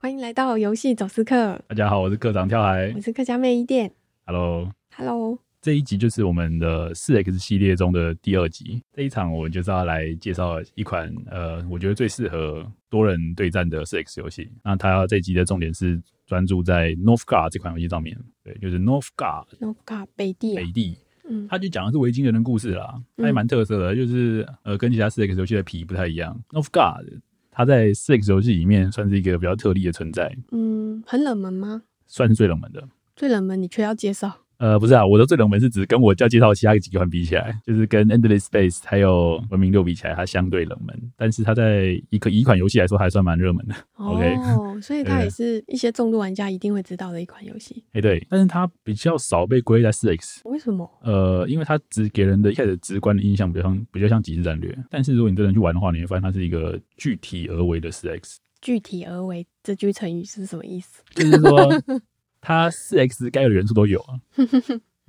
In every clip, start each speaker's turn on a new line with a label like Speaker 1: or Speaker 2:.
Speaker 1: 欢迎来到游戏走私客，
Speaker 2: 大家好，我是课长跳海
Speaker 1: 我是客家妹一店。
Speaker 2: ，Hello。
Speaker 1: Hello，
Speaker 2: 这一集就是我们的四 X 系列中的第二集。这一场我们就是要来介绍一款呃，我觉得最适合多人对战的四 X 游戏。那它这一集的重点是专注在 Northgar 这款游戏上面，对，就是 Northgar
Speaker 1: 诺卡北地啊
Speaker 2: 北，地
Speaker 1: 嗯，
Speaker 2: 他就讲的是维京人的故事啦，他也蛮特色的，就是呃跟其他四 X 游戏的皮不太一样。n o f g a d 它在四 X 游戏里面算是一个比较特例的存在，
Speaker 1: 嗯，很冷门吗？
Speaker 2: 算是最冷门的。
Speaker 1: 最冷门你却要介绍，
Speaker 2: 呃，不是啊，我的最冷门是指跟我要介绍的其他几款比起来，就是跟 Endless Space 还有文明六比起来，它相对冷门，但是它在一个以一款游戏来说还算蛮热门的。OK
Speaker 1: 哦，所以它
Speaker 2: 对
Speaker 1: 也是一些重度玩家一定会知道的一款游戏。
Speaker 2: 哎，对，但是它比较少被归类在四 X，
Speaker 1: 为什么？
Speaker 2: 呃，因为它只给人的一开始直观的印象比较像比较像即时战略，但是如果你真的去玩的话，你会发现它是一个具体而为的四 X，
Speaker 1: 具体而为这句成语是什么意思？
Speaker 2: 就是说它四 X 该有的元素都有啊，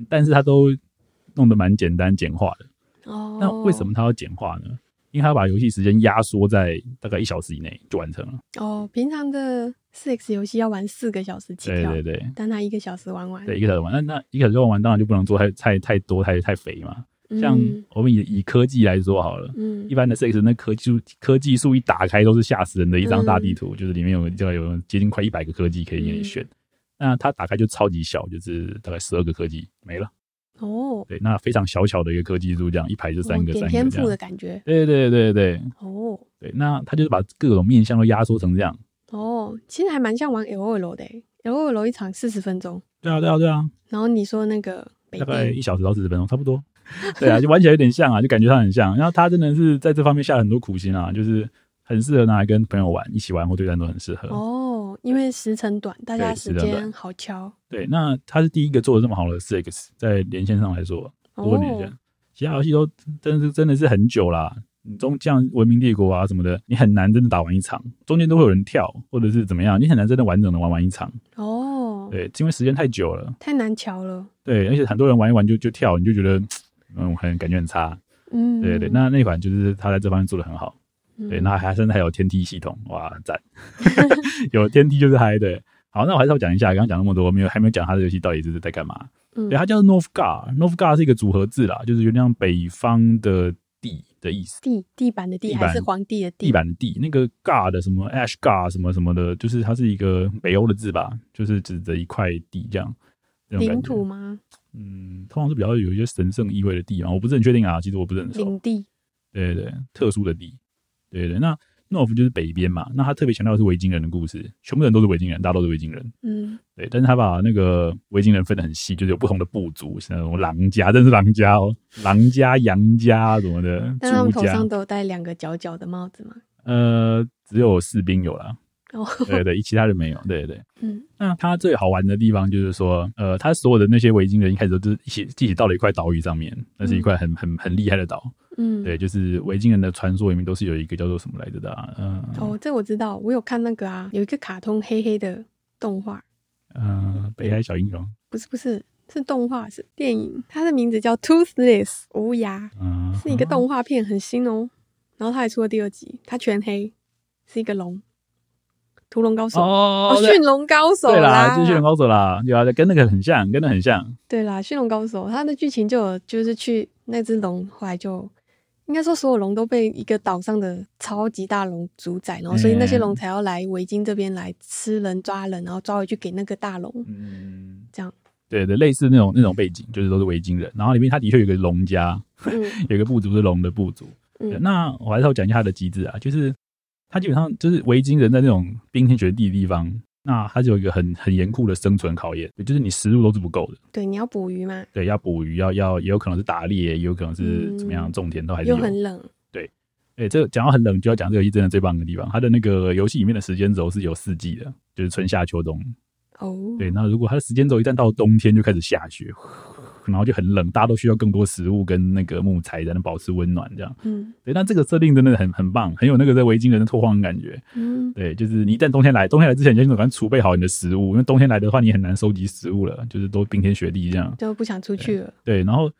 Speaker 2: 但是它都弄得蛮简单简化的。
Speaker 1: 哦，
Speaker 2: 那为什么？它要简化呢？因为它把游戏时间压缩在大概一小时以内就完成了。
Speaker 1: 哦，平常的四 X 游戏要玩四个小时起
Speaker 2: 对
Speaker 1: 跳，嗯
Speaker 2: 对对
Speaker 1: 但它一个小时玩完，
Speaker 2: 对，一个小时玩，那那一个小时玩完，当然就不能做太太太多太太肥嘛。像
Speaker 1: 嗯
Speaker 2: 我们以以科技来说好了，
Speaker 1: 嗯
Speaker 2: 一般的 CX 那科技科技树一打开都是吓死人的一张大地
Speaker 1: 嗯
Speaker 2: 图，就是里面有就有接近快一百个科技可以给你选。那它打开就超级小，就是大概十二个科技没了。
Speaker 1: 哦，
Speaker 2: 对，那非常小巧的一个科技树，这样一排就三个、
Speaker 1: 哦点
Speaker 2: 三
Speaker 1: 天
Speaker 2: 个这
Speaker 1: 赋的
Speaker 2: 样。
Speaker 1: 感觉，
Speaker 2: 对对对对
Speaker 1: 哦
Speaker 2: 对，那它就是把各种面向都压缩成这样。
Speaker 1: 哦，其实还蛮像玩 LOL 的欸，LOL 一场四十分钟，
Speaker 2: 对啊对啊对啊，
Speaker 1: 然后你说那个北
Speaker 2: 大概
Speaker 1: 地，
Speaker 2: 一小时到四十分钟差不多。 对啊，就玩起来有点像啊，就感觉它很像。然后它真的是在这方面下了很多苦心啊，就是很适合拿来跟朋友玩，一起玩或对战都很适合。
Speaker 1: 哦，因为时程短，大家
Speaker 2: 对
Speaker 1: 时
Speaker 2: 时程
Speaker 1: 间
Speaker 2: 短
Speaker 1: 好敲，
Speaker 2: 对，那他是第一个做的这么好的四 X，在连线上来说，多年前，
Speaker 1: 哦，
Speaker 2: 其他游戏都真的是真的是很久啦。你中像《文明帝国》啊什么的，你很难真的打完一场，中间都会有人跳或者是怎么样，你很难真的完整的玩完一场。
Speaker 1: 哦，
Speaker 2: 对，因为时间太久了，
Speaker 1: 太难敲了，
Speaker 2: 对，而且很多人玩一玩就就跳，你就觉得嗯很感觉很差。
Speaker 1: 嗯，
Speaker 2: 对对，那那款就是他在这方面做的很好。对，
Speaker 1: 嗯
Speaker 2: 那还甚至还有天梯系统，哇，赞！ 有天梯就是嗨的。好，那我还是要讲一下，刚刚讲那么多，没有还没有讲它的游戏到底是在干嘛。
Speaker 1: 嗯
Speaker 2: 对，它叫 Northgar，Northgar 是一个组合字啦，就是有点像北方的地的意思，
Speaker 1: 地地板的地
Speaker 2: 地
Speaker 1: 还
Speaker 2: 板
Speaker 1: 是皇帝的
Speaker 2: 地板的地，那个 gar 的什么 ash gar 什么什么的，就是它是一个北欧的字吧，就是指着一块地这样。这种
Speaker 1: 领
Speaker 2: 感觉
Speaker 1: 土，吗？
Speaker 2: 嗯，通常是比较有一些神圣意味的地嘛，我不是很确定啊，其实我不是很熟。
Speaker 1: 领地，
Speaker 2: 对对，对，特殊的地，对对。那 North 就是北边嘛，那他特别强调的是维京人的故事，全部人都是维京人，大家都是维京人。
Speaker 1: 嗯，
Speaker 2: 对，但是他把那个维京人分得很细，就是有不同的部族，像那种狼家，真是狼家哦，狼家、羊家什么的，
Speaker 1: 嗯但他们
Speaker 2: 猪
Speaker 1: 头
Speaker 2: 家
Speaker 1: 上，都有戴两个角角的帽子嘛，
Speaker 2: 呃，只有士兵有啦，
Speaker 1: 哦，
Speaker 2: 对对，其他人没有，对对。
Speaker 1: 嗯，
Speaker 2: 那它最好玩的地方就是说，呃，它所有的那些维京人一开始都是一起一起到了一块岛屿上面，那是一块很很很厉害的岛，
Speaker 1: 嗯，
Speaker 2: 对，就是维京人的传说里面都是有一个叫做什么来着的、啊，嗯、
Speaker 1: 哦，这我知道，我有看那个啊，有一个卡通黑黑的动画，
Speaker 2: 呃，北海小英雄，
Speaker 1: 不是不是是动画是电影，它的名字叫《Toothless》无牙，
Speaker 2: 嗯、
Speaker 1: 是一个动画片，很新哦。然后它还出了第二集，它全黑，是一个龙，屠龙高手，
Speaker 2: 哦
Speaker 1: 哦，驯龙高手
Speaker 2: 对啦，
Speaker 1: 啦，
Speaker 2: 就是驯龙高手啦，对啊，跟那个很像，跟那很像，
Speaker 1: 对啦，驯龙高手，它的剧情就有就是去那只龙，后来就应该说所有龙都被一个岛上的超级大龙主宰，然后所以那些
Speaker 2: 嗯
Speaker 1: 龙才要来维京这边来吃人抓人，然后抓回去给那个大 龙。
Speaker 2: 嗯，
Speaker 1: 这样，
Speaker 2: 对对，类似那种那种背景，就是都是维京人，然后里面他的确有一个龙家，
Speaker 1: 嗯
Speaker 2: 有一个部族是龙的部族。对
Speaker 1: 嗯，
Speaker 2: 那我还是要讲一下它的机制啊，就是它基本上就是维京人在那种冰天雪地的地方，那它就有一个很很严酷的生存考验，也就是你食物都是不够的，
Speaker 1: 对，你要捕鱼嘛，
Speaker 2: 对，要捕鱼，要要也有可能是打猎，也有可能是怎么样
Speaker 1: 嗯
Speaker 2: 种田，都还是
Speaker 1: 又
Speaker 2: 有。
Speaker 1: 很冷，
Speaker 2: 对，这个讲到很冷，就要讲这个游戏真的最棒的地方。它的那个游戏里面的时间轴是有四季的，就是春夏秋冬。
Speaker 1: 哦，
Speaker 2: 对，那如果它的时间轴一旦到冬天就开始下雪，然后就很冷，大家都需要更多食物跟那个木材才能保持温暖。这样，
Speaker 1: 嗯
Speaker 2: 对，那这个设定真的很很棒，很有那个在维京人的拓荒的感觉。
Speaker 1: 嗯，
Speaker 2: 对，就是你一旦冬天来，冬天来之前你就赶快储备好你的食物，因为冬天来的话你很难收集食物了，就是都冰天雪地这样。
Speaker 1: 就不想出去了，
Speaker 2: 对，然后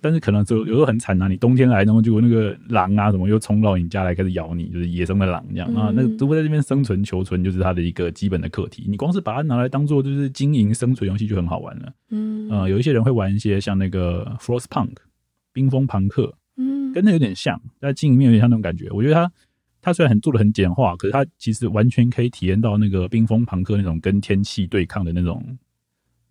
Speaker 2: 但是可能就有时候很惨啊，你冬天来，然后结果那个狼啊什么又冲到你家来开始咬你，就是野生的狼这样啊。那
Speaker 1: 嗯
Speaker 2: 如果在这边生存求存，就是它的一个基本的课题。你光是把它拿来当做就是经营生存游戏就很好玩了。
Speaker 1: 嗯
Speaker 2: 呃，有一些人会玩一些像那个 Frostpunk 冰封朋克，
Speaker 1: 嗯
Speaker 2: 跟那有点像，在经营面有点像那种感觉。我觉得它它虽然很做的很简化，可是它其实完全可以体验到那个冰封朋克那种跟天气对抗的那种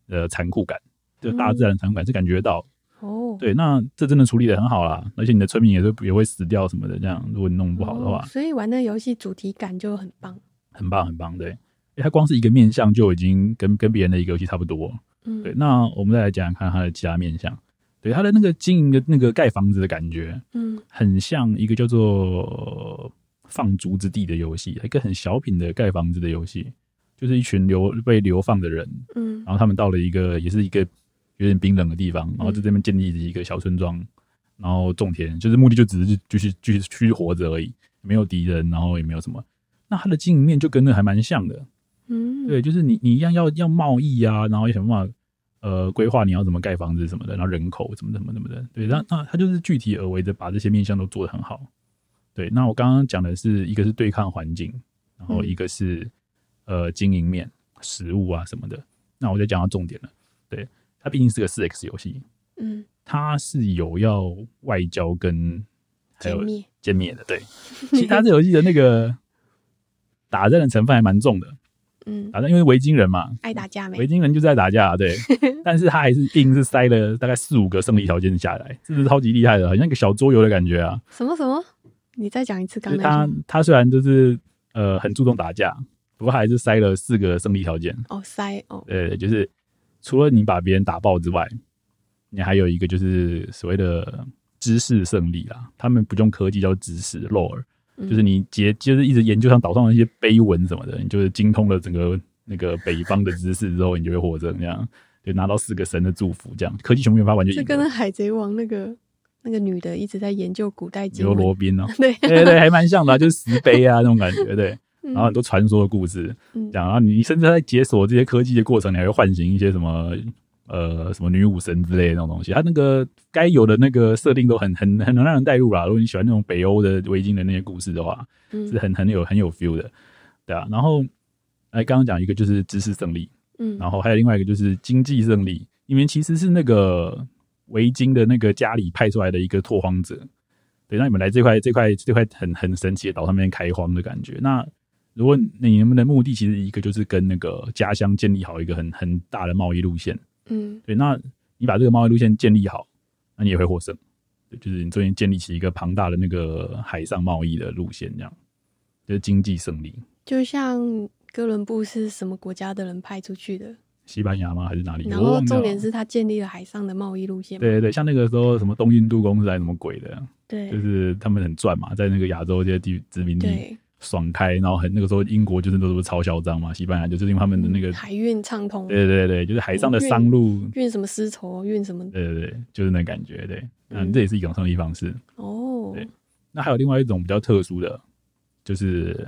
Speaker 2: 呃残酷感，就大自然的残酷感是感觉得到。
Speaker 1: 哦，
Speaker 2: 对，那这真的处理的很好啦，而且你的村民也是也会死掉什么的，这样如果你弄不好的话
Speaker 1: 哦，所以玩那游戏主题感就很棒。
Speaker 2: 很棒很棒。对，因为它光是一个面向就已经跟跟别人的一个游戏差不多了。
Speaker 1: 嗯，
Speaker 2: 对，那我们再来讲讲看它的其他面向。对它的那个经营的那个盖房子的感觉，
Speaker 1: 嗯
Speaker 2: 很像一个叫做“放逐之地”的游戏，一个很小品的盖房子的游戏，就是一群流被流放的人，
Speaker 1: 嗯
Speaker 2: 然后他们到了一个也是一个有点冰冷的地方，然后在这边建立一个小村庄，然后种田，就是目的就只是继续继续继续活着而已，没有敌人，然后也没有什么。那它的经营面就跟那还蛮像的，
Speaker 1: 嗯，
Speaker 2: 对，就是你你一样要要贸易啊，然后也想办法呃规划你要怎么盖房子什么的，然后人口怎么怎么怎么的，
Speaker 1: 嗯
Speaker 2: 对，那那他就是具体而为的把这些面向都做得很好。对，那我刚刚讲的是一个是对抗环境，然
Speaker 1: 嗯
Speaker 2: 后一个是、呃经营面、食物啊什么的。那我就讲到重点了，对，它毕竟是个四 X 游戏，
Speaker 1: 嗯
Speaker 2: 它是有要外交跟还有
Speaker 1: 解密
Speaker 2: 歼灭的，对。 其实它这游戏的那个打战的成分还蛮重的，
Speaker 1: 嗯，
Speaker 2: 打战因为维京人嘛，
Speaker 1: 爱打架
Speaker 2: 维
Speaker 1: 没？
Speaker 2: 京人就是在打架， 对，但是他还是硬是塞了大概四五个胜利条件下来，这是超级厉害的，很像一个小桌游的感觉啊。
Speaker 1: 什么什么？你再讲一次
Speaker 2: 就
Speaker 1: 刚
Speaker 2: 是
Speaker 1: 才
Speaker 2: 他
Speaker 1: 说
Speaker 2: 他虽然就是呃很注重打架，不过他还是塞了四个胜利条件，
Speaker 1: 哦塞哦
Speaker 2: 呃，就是除了你把别人打爆之外，你还有一个就是所谓的知识胜利啦，他们不用科技叫知识 lore，
Speaker 1: 嗯
Speaker 2: 就是你结就是一直研究上岛上的一些碑文什么的，你就是精通了整个那个北方的知识之后，你就会获胜，这样就拿到四个神的祝福，这样科技全部研发完就
Speaker 1: 这
Speaker 2: 赢
Speaker 1: 跟那
Speaker 2: 了。
Speaker 1: 海贼王那个那个女的一直在研究古代
Speaker 2: 比
Speaker 1: 经
Speaker 2: 如
Speaker 1: 文，
Speaker 2: 罗宾啊，
Speaker 1: 对，
Speaker 2: 对对对，还蛮像的啊、就是石碑啊那种感觉，对。
Speaker 1: 然
Speaker 2: 然后很多传说的故事，
Speaker 1: 嗯
Speaker 2: 这样，然后你甚至在解锁这些科技的过程，你还会唤醒一些什么呃什么女武神之类的那种东西。它那个该有的那个设定都很很很能让人带入啦。如果你喜欢那种北欧的维京的那些故事的话，
Speaker 1: 嗯
Speaker 2: 是啊很很有很有 feel 的，对啊。然后哎，刚刚讲一个就是知识胜利，
Speaker 1: 嗯
Speaker 2: 然后还有另外一个就是经济胜利，因为其实是那个维京的那个家里派出来的一个拓荒者，对，让你们来这块这块这块很很神奇的岛上面开荒的感觉。那如果你们的目的其实一个就是跟那个家乡建立好一个很很大的贸易路线，
Speaker 1: 嗯
Speaker 2: 对，那你把这个贸易路线建立好，那你也会获胜。对，就是你终于建立起一个庞大的那个海上贸易的路线，这样就是经济胜利。
Speaker 1: 就像哥伦布是什么国家的人派出去的，
Speaker 2: 西班牙吗？还是哪里？
Speaker 1: 然
Speaker 2: 我
Speaker 1: 后
Speaker 2: 忘掉
Speaker 1: 重点
Speaker 2: 了
Speaker 1: 是他建立了海上的贸易路线嘛，
Speaker 2: 对对对，像那个时候什么东印度公司还是什么鬼的，就
Speaker 1: 对
Speaker 2: 是他们很赚嘛，在那个亚洲这些地殖民地
Speaker 1: 对，
Speaker 2: 爽开，然后很那个时候英国就是都是超嚣张嘛，西班牙就是因为他们的那个，
Speaker 1: 嗯海运畅通，
Speaker 2: 对对对，就是海上的商路，
Speaker 1: 运什么丝绸，运什么
Speaker 2: 对对对，就是那感觉，对，那
Speaker 1: 嗯
Speaker 2: 这也是一种胜利方式。
Speaker 1: 哦，
Speaker 2: 对那还有另外一种比较特殊的，就是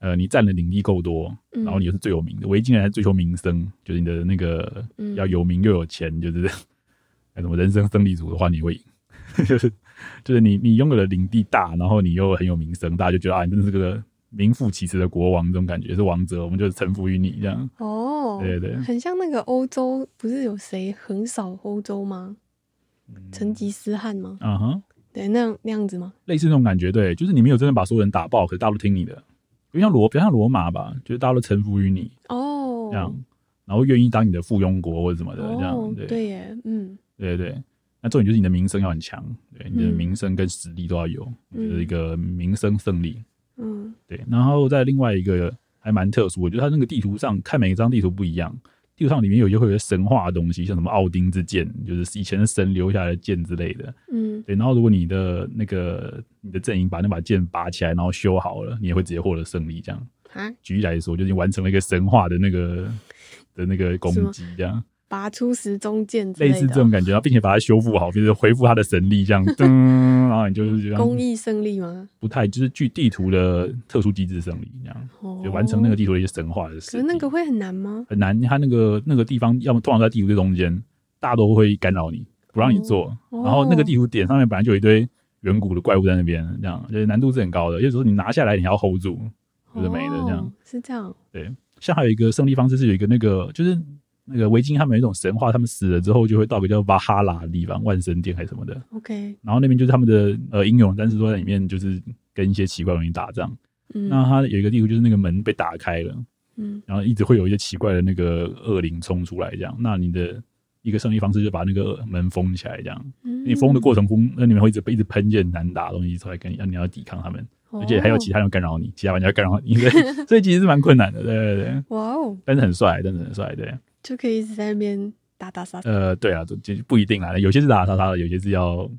Speaker 2: 呃，你占的领地够多，
Speaker 1: 嗯
Speaker 2: 然后你又是最有名的，维京人还追求民生，就是你的那个
Speaker 1: 嗯
Speaker 2: 要有名又有钱，就是 那什么人生胜利组的话，你会赢， 就是就是你你拥有的领地大，然后你又很有名声，大家就觉得啊，你真的是个名副其实的国王，这种感觉是王者，我们就臣服于你这样。
Speaker 1: 哦，
Speaker 2: 对对
Speaker 1: 很像那个欧洲，不是有谁横扫欧洲吗？成吉思汗吗？
Speaker 2: 嗯哼，
Speaker 1: 对，那样那样子吗？
Speaker 2: 类似那种感觉，对，就是你没有真的把所有人打爆，可是大家都听你的，比如像罗，比如像罗马吧，就是大家都臣服于你。
Speaker 1: 哦，
Speaker 2: 这样，然后愿意当你的附庸国或者什么的，这
Speaker 1: 哦
Speaker 2: 样，对
Speaker 1: 对耶，嗯
Speaker 2: 对对。那重点就是你的名声要很强，对你的
Speaker 1: 嗯
Speaker 2: 名声跟实力都要有，我觉得
Speaker 1: 嗯
Speaker 2: 一个名声胜利。
Speaker 1: 嗯
Speaker 2: 对，然后再另外一个还蛮特殊，我觉得它那个地图上看每一张地图不一样，地图上里面有一些会有些神话的东西，像什么奥丁之剑，就是以前的神留下来的剑之类的。
Speaker 1: 嗯，
Speaker 2: 对，然后如果你的那个你的阵营把那把剑拔起来，然后修好了，你也会直接获得胜利。这样，
Speaker 1: 啊，
Speaker 2: 举例来说，就是你完成了一个神话的那个的那个攻
Speaker 1: 什么
Speaker 2: 击，这样。
Speaker 1: 拔出时钟剑之
Speaker 2: 类
Speaker 1: 类
Speaker 2: 似这
Speaker 1: 的
Speaker 2: 种感觉，然后并且把它修复好，就是恢复它的神力，这 样噔，然后你就是这
Speaker 1: 公
Speaker 2: 样，
Speaker 1: 益胜利吗？
Speaker 2: 不太就是据地图的特殊机制胜利，这样
Speaker 1: 哦，
Speaker 2: 就完成那个。地图的一些神话的
Speaker 1: 可
Speaker 2: 事
Speaker 1: 是。那个会很难吗？
Speaker 2: 很难，它那个那个地方，要么通常在地图的中间，大家都会干扰你，不让你做，
Speaker 1: 哦
Speaker 2: 然后那个地图点上面本来就有一堆远古的怪物在那边，这样就是难度是很高的，也就是说你拿下来你还要 hold 住，有的没的这样
Speaker 1: 哦。是这样，
Speaker 2: 像还有一个胜利方式是有一个那个就是那个维京他们有一种神话，他们死了之后就会到个叫瓦哈拉的地方，万神殿还是什么的，
Speaker 1: OK，
Speaker 2: 然后那边就是他们的呃英勇战士都在里面，就是跟一些奇怪的东西打仗。
Speaker 1: 嗯，
Speaker 2: 那它有一个地图就是那个门被打开了，
Speaker 1: 嗯
Speaker 2: 然后一直会有一些奇怪的那个恶灵冲出来，这样。那你的一个胜利方式就把那个门封起来，这样。
Speaker 1: 嗯，
Speaker 2: 你封的过程中，那你们会一直一直喷一些很难打的东西出来跟你，你要抵抗他们，
Speaker 1: 哦，
Speaker 2: 而且还有其他人干扰你，其他玩家干扰你，所以所以其实是蛮困难的，对对对。
Speaker 1: 哇哦，
Speaker 2: 但是很帅，但是很帅，对，
Speaker 1: 就可以一直在那边打打杀杀，
Speaker 2: 呃，对啊，就就不一定啦，有些是打打杀杀的，有些是要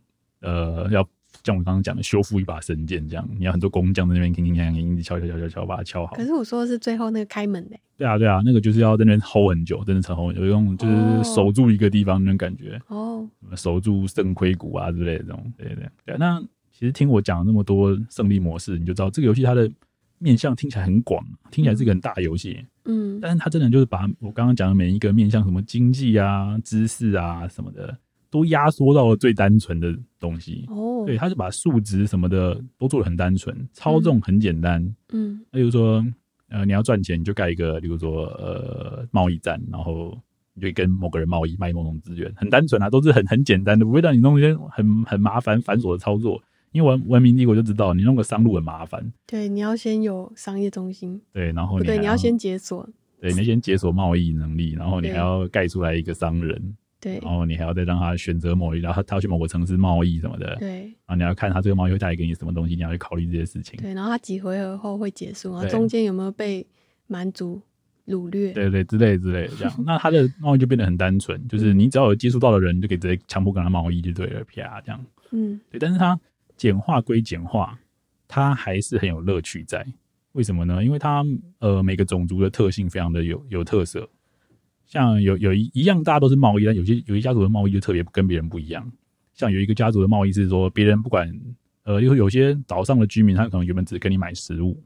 Speaker 2: 呃要像我刚刚讲的修复一把神剑这样，你要很多工匠在那边叮叮叮叮一直敲敲敲敲敲把它敲好
Speaker 1: 可。是我说的是最后那个开门的欸
Speaker 2: 对啊，对啊，那个就是要在那边 hold 很久，真的超 hold 很久，有一种就是守住一个地方那种感觉，
Speaker 1: 哦，
Speaker 2: 什么守住圣盔谷啊之类的这种，对对对对啊。那其实听我讲了那么多胜利模式，你就知道这个游戏它的面向听起来很广，啊听起来是一个很大的游戏，
Speaker 1: 嗯
Speaker 2: 但是它真的就是把我刚刚讲的每一个面向，什么经济啊、知识啊什么的，都压缩到了最单纯的东西。
Speaker 1: 哦，
Speaker 2: 对，它啊是把数值什么的都做的很单纯，操纵很简单，
Speaker 1: 嗯
Speaker 2: 例如说，呃，你要赚钱，你就盖一个，例如说，呃，贸易站，然后你就跟某个人贸易，卖某种资源，很单纯啊，都是很很简单的，不会让你弄一些很很麻烦繁琐的操作。因为文文明帝国就知道，你弄个商路很麻烦，
Speaker 1: 对，你要先有商业中心，
Speaker 2: 对，然后
Speaker 1: 不
Speaker 2: 哦你
Speaker 1: 对，
Speaker 2: 还
Speaker 1: 你要先解锁，
Speaker 2: 对，你要先解锁贸易能力，然后你
Speaker 1: 对
Speaker 2: 还要盖出来一个商人，
Speaker 1: 对
Speaker 2: 然后你还要再让他选择某一，然后他要去某个城市贸易什么的，然
Speaker 1: 对
Speaker 2: 后你要看他这个贸易会带给你什么东西，你要去考虑这些事情。
Speaker 1: 对，然后它几回合后会结束，然后
Speaker 2: 对
Speaker 1: 中间有没有被蛮族掳掠？
Speaker 2: 对对，之类之类的这样。那他的贸易就变得很单纯，就是
Speaker 1: 嗯
Speaker 2: 你只要有接触到的人，你就可以直接强迫跟他贸易就对了，啪这样。
Speaker 1: 嗯
Speaker 2: 对，但是它简化归简化，它还是很有乐趣在。为什么呢？因为它呃每个种族的特性非常的有有特色，像有有一一样大家都是贸易，但有些有些家族的贸易就特别跟别人不一样。像有一个家族的贸易是说，别人不管呃，就是有些岛上的居民，他可能原本只跟你买食物，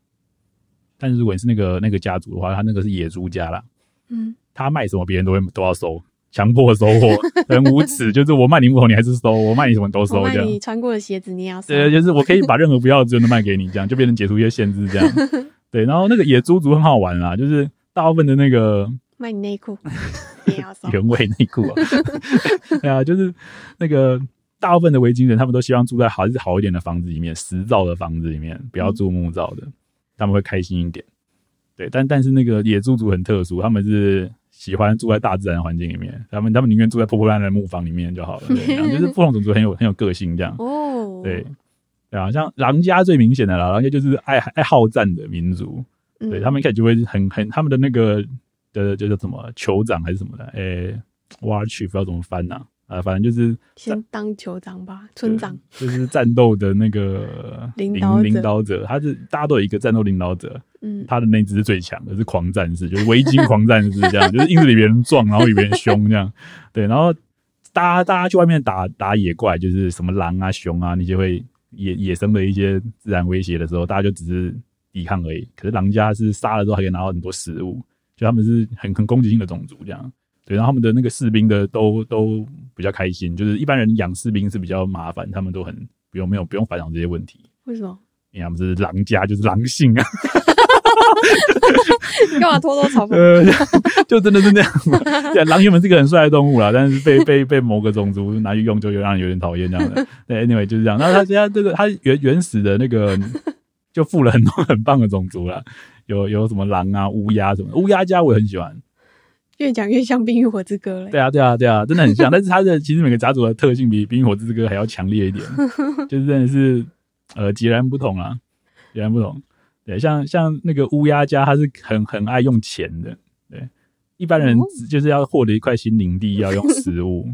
Speaker 2: 但是如果你是那个那个家族的话，他那个是野猪家啦，
Speaker 1: 嗯，
Speaker 2: 他卖什么别人都会都要收，强迫 收货，很无耻。就是我卖你木头，你还是收；我卖你什么都
Speaker 1: 我
Speaker 2: 收，
Speaker 1: 卖
Speaker 2: 这样。
Speaker 1: 你穿过的鞋子，你也要送
Speaker 2: 对，就是我可以把任何不要的真的卖给你，这样就变成解除一些限制，这样。对，然后那个野猪族很好玩啦，就是大部分的那个
Speaker 1: 卖你内裤， 你也要送。
Speaker 2: 原味内裤、啊， 对啊，就是那个大部分的维京人，他们都希望住在好好一点的房子里面，石造的房子里面，不要住木造的，他们会开心一点。对，但但是那个野猪族很特殊，他们是喜欢住在大自然环境里面，他们他们宁愿住在破破烂烂的木房里面就好了，对，然后就是不同种族很有很有个性这样。
Speaker 1: 哦，
Speaker 2: 对，，对啊，像狼家最明显的啦，狼家就是爱爱好战的民族，
Speaker 1: 嗯、
Speaker 2: 对他们一开始就会很很他们的那个的就叫什么酋长还是什么的，诶、挖去不知道怎么翻呐、啊，反正就是
Speaker 1: 先当酋长吧，村长，
Speaker 2: 就是战斗的那个
Speaker 1: 领导者
Speaker 2: 领导者，他是大家都有一个战斗领导者，
Speaker 1: 嗯，
Speaker 2: 他的那只是最强的，是狂战士，就是维京狂战士这样， 就是硬是比别人壮，然后比别人凶这样。对，然后大家大家去外面打打野怪，就是什么狼啊、熊啊那些会野野生的一些自然威胁的时候，大家就只是抵抗而已。可是狼家是杀了之后还可以拿到很多食物，就他们是很很攻击性的种族这样。对，然后他们的那个士兵的都都比较开心，就是一般人养士兵是比较麻烦，他们都很不用没有不用烦恼这些问题，
Speaker 1: 为什么？
Speaker 2: 因为他们是狼家，就是狼性啊。
Speaker 1: 干嘛偷偷嘲讽？
Speaker 2: 呃，就真的是那样嘛。 对，狼原本是一个很帅的动物啦，但是被被被某个种族拿去用，就有让人有点讨厌这样的。对，anyway 就是这样。那他现在这个他原原始的那个就附了很多很棒的种族啦，有有什么狼啊、乌鸦什么的，乌鸦家我也很喜欢。
Speaker 1: 越讲越像《冰与火之歌》了。
Speaker 2: 对啊，对啊，对啊，真的很像。但是它的其实每个家族的特性比《冰与火之歌》还要强烈一点，就是真的是呃截然不同啊，截然不同。对，像像那个乌鸦家，他是很很爱用钱的。对，一般人
Speaker 1: 哦
Speaker 2: 只就是要获得一块新领地，要用食物，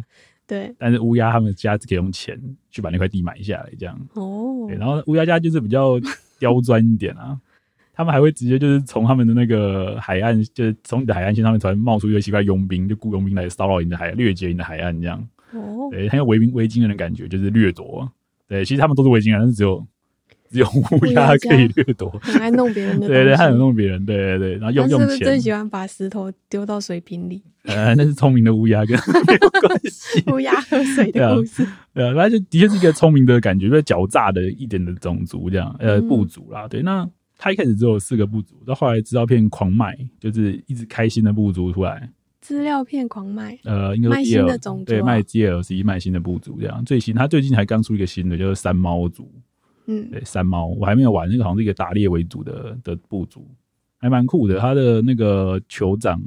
Speaker 1: 对，
Speaker 2: 但是乌鸦他们家只可以用钱去把那块地买下来，这样。
Speaker 1: 哦
Speaker 2: 对，，然后乌鸦家就是比 较刁钻一点啊，他们还会直接就是从他们的那个海岸，就是从你的海岸线上面突然冒出一个奇怪的佣兵，就雇佣兵来骚扰你的海，掠劫你的海岸，这样，
Speaker 1: 哦，
Speaker 2: 啊对，很有维兵维京人的感觉，就是掠夺。对，其实他们都是维京人，但是只有。只有乌鸦可以掠夺。
Speaker 1: 很爱弄别人的东西。
Speaker 2: 对对，它很弄别人，对对对，然后用
Speaker 1: 他
Speaker 2: 用
Speaker 1: 是不是
Speaker 2: 钱
Speaker 1: 最，喜欢把石头丢到水瓶里？
Speaker 2: 呃，那是聪明的乌鸦，跟没有关系。
Speaker 1: 乌鸦喝水
Speaker 2: 对
Speaker 1: 的
Speaker 2: 啊
Speaker 1: 故事。
Speaker 2: 对啊，反正就的确是一个聪明的感觉，就是狡诈的一点的种族这样，呃，
Speaker 1: 嗯
Speaker 2: 部族啦。对，那他一开始只有四个部族，到后来资料片狂卖，就是一直开新的部族出来，
Speaker 1: 资料片狂卖，
Speaker 2: 呃，应该说
Speaker 1: 卖新的
Speaker 2: DL
Speaker 1: 种族
Speaker 2: 对，
Speaker 1: 啊
Speaker 2: 卖 DLC 卖新的部族这样。最新他最近还刚出一个新的，就是山猫族，
Speaker 1: 嗯，
Speaker 2: 对，山猫我还没有玩，那个好像是一个打猎为主的的部族，还蛮酷的。他的那个酋长，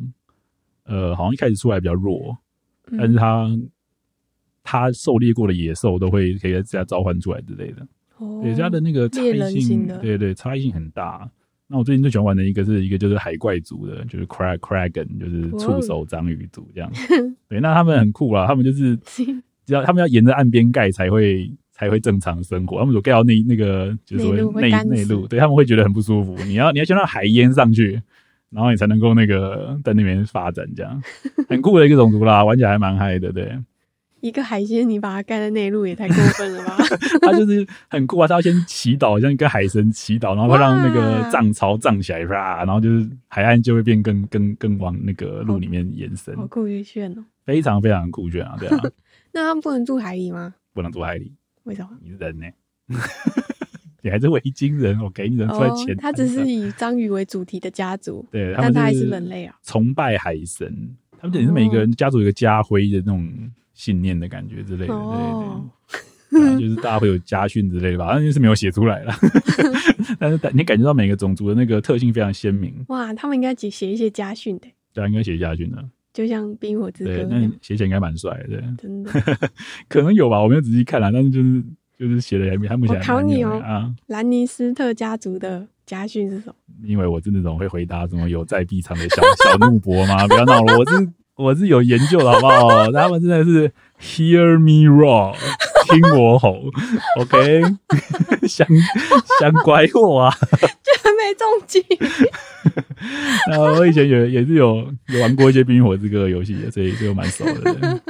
Speaker 2: 呃，好像一开始出来比较弱，
Speaker 1: 嗯
Speaker 2: 但是他他狩猎过的野兽都会可以在家召唤出来之类的，
Speaker 1: 哦
Speaker 2: 对，所 以它的那个差
Speaker 1: 猎人
Speaker 2: 异性
Speaker 1: 型，的
Speaker 2: 对对，差异性很大。那我最近最喜欢玩的一个是一个就是海怪族的，就是 Crag Kraken，就是
Speaker 1: 哦
Speaker 2: 触手章鱼族 这样。对，那他们很酷啊，他们就是只要他们要沿着岸边盖才会才会正常生活，他们如果盖到那那个就是
Speaker 1: 内陆
Speaker 2: 说
Speaker 1: 会
Speaker 2: 内
Speaker 1: 干死
Speaker 2: 内陆，对他们会觉得很不舒服。你要你要先让海淹上去，然后你才能够那个在那边发展，这样很酷的一个种族啦，玩起来还蛮嗨的。对，
Speaker 1: 一个海鲜，你把它盖在内陆也太过分了吧？
Speaker 2: 他就是很酷啊，他要先祈祷，像跟海神祈祷，然后会让那个
Speaker 1: 哇
Speaker 2: 涨潮涨起来，啪，然后就是海岸就会变更更更往那个路里面延伸，
Speaker 1: 好酷炫哦！
Speaker 2: 非常非常酷炫啊，对啊，
Speaker 1: 那他们不能住海里吗？
Speaker 2: 不能住海里，
Speaker 1: 为什么？
Speaker 2: 你人呢、 你还是维京人，我给你人出来钱、
Speaker 1: 哦他只是以章鱼为主题的家族，
Speaker 2: 对，他
Speaker 1: 但
Speaker 2: 们
Speaker 1: 他还
Speaker 2: 就是
Speaker 1: 人类啊。
Speaker 2: 崇拜海神，他们等于是每个
Speaker 1: 哦
Speaker 2: 人家族有一个家徽的那种信念的感觉之类的，
Speaker 1: 哦
Speaker 2: 对对对。对啊就是大家会有家训之类的吧，但是没有写出 来了。但是你感觉到每个种族的那个特性非常鲜明，
Speaker 1: 哇，他们应该写写一些家训的，
Speaker 2: 对啊，应该写家训的。
Speaker 1: 就像《冰火之歌
Speaker 2: 对，》
Speaker 1: 那
Speaker 2: 那
Speaker 1: 样，
Speaker 2: 写起来应该蛮帅的，对，
Speaker 1: 真的。
Speaker 2: 可能有吧，我没有仔细看啊啦，但是就是就是写的也还目前
Speaker 1: 我
Speaker 2: 还
Speaker 1: 考
Speaker 2: 蛮
Speaker 1: 你
Speaker 2: 有的
Speaker 1: 哦
Speaker 2: 啊，
Speaker 1: 兰尼斯特家族的家训是什么？
Speaker 2: 因为我是那种会回答什么有在必偿的小小怒伯吗？ 不要闹了，我是我是有研究的好不好？他们真的是 hear me roar，听我吼，OK，想想拐我啊！
Speaker 1: 还没中计，
Speaker 2: 那啊我以前也也是有有玩过一些《冰与火之歌》的游戏的，所以就蛮熟的。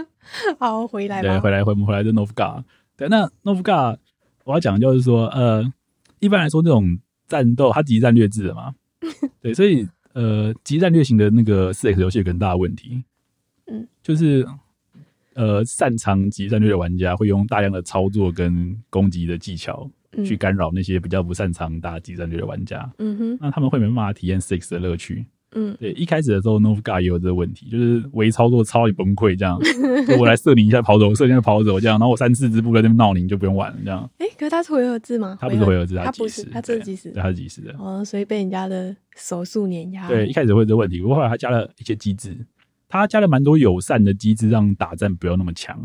Speaker 1: 好回来
Speaker 2: 对，
Speaker 1: 吧。
Speaker 2: 回来回回来这 Novga，对，那 Novga 我要讲的就是说，呃，一般来说这种战斗它极战略制 的嘛，对，所以呃，极战略型的那个四 X 游戏有个很大的问题，
Speaker 1: 嗯，
Speaker 2: 就是呃，擅长极战略的玩家会用大量的操作跟攻击的技巧
Speaker 1: 嗯
Speaker 2: 去干扰那些比较不擅长打极战略的玩家，
Speaker 1: 嗯哼，
Speaker 2: 那他们会没办法体验 Six 的乐趣。
Speaker 1: 嗯，
Speaker 2: 对，一开始的时候 Novga 也有这个问题，就是微操作超级崩溃，这样，就我来射你一下跑走，射你一下跑走，这样，然后我三四支部队在那边闹你，你就不用玩了，这样。
Speaker 1: 哎，可是他是回合制吗？
Speaker 2: 他不是回合制，
Speaker 1: 他
Speaker 2: 即
Speaker 1: 不
Speaker 2: 时
Speaker 1: 是，
Speaker 2: 的，
Speaker 1: 他自己是
Speaker 2: 对，他是啊即时的。
Speaker 1: 哦，所以被人家的手速碾压。
Speaker 2: 对，一，开始会有这个问题，不过后来他加了一些机制，他加了蛮多友善的机制，让打战不要那么强。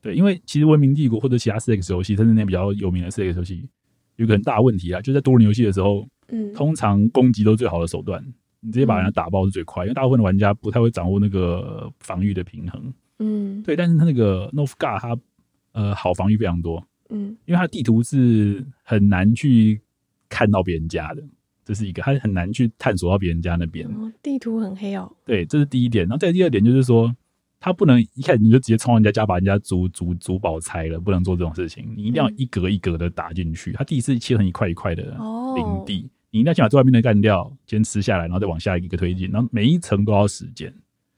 Speaker 2: 对，因为其实《文明帝国》或者其他 4X 游戏，甚至那些比较有名的 4X 游戏，有一个很大的问题啊，就是在多人游戏的时候，
Speaker 1: 嗯，
Speaker 2: 通常攻击都是最好的手段，你直接把人家打爆是最快，因为大部分的玩家不太会掌握那个防御的平衡。
Speaker 1: 嗯
Speaker 2: 对，但是他那个 Novga 他呃好防御非常多，
Speaker 1: 嗯
Speaker 2: 因为它的地图是很难去看到别人家的，这是一个，它很难去探索到别人家那边。
Speaker 1: 哦，地图很黑哦，
Speaker 2: 对，这是第一点。然后再第二点就是说，它不能一开始你就直接冲到人家家把人家族族族宝拆了，不能做这种事情。你一定要
Speaker 1: 嗯
Speaker 2: 一格一格的打进去，它地是切成一块一块的
Speaker 1: 哦
Speaker 2: 领地，你一定要先把最外面的干掉，先吃下来，然后再往下一个推进，然后每一层都要时间。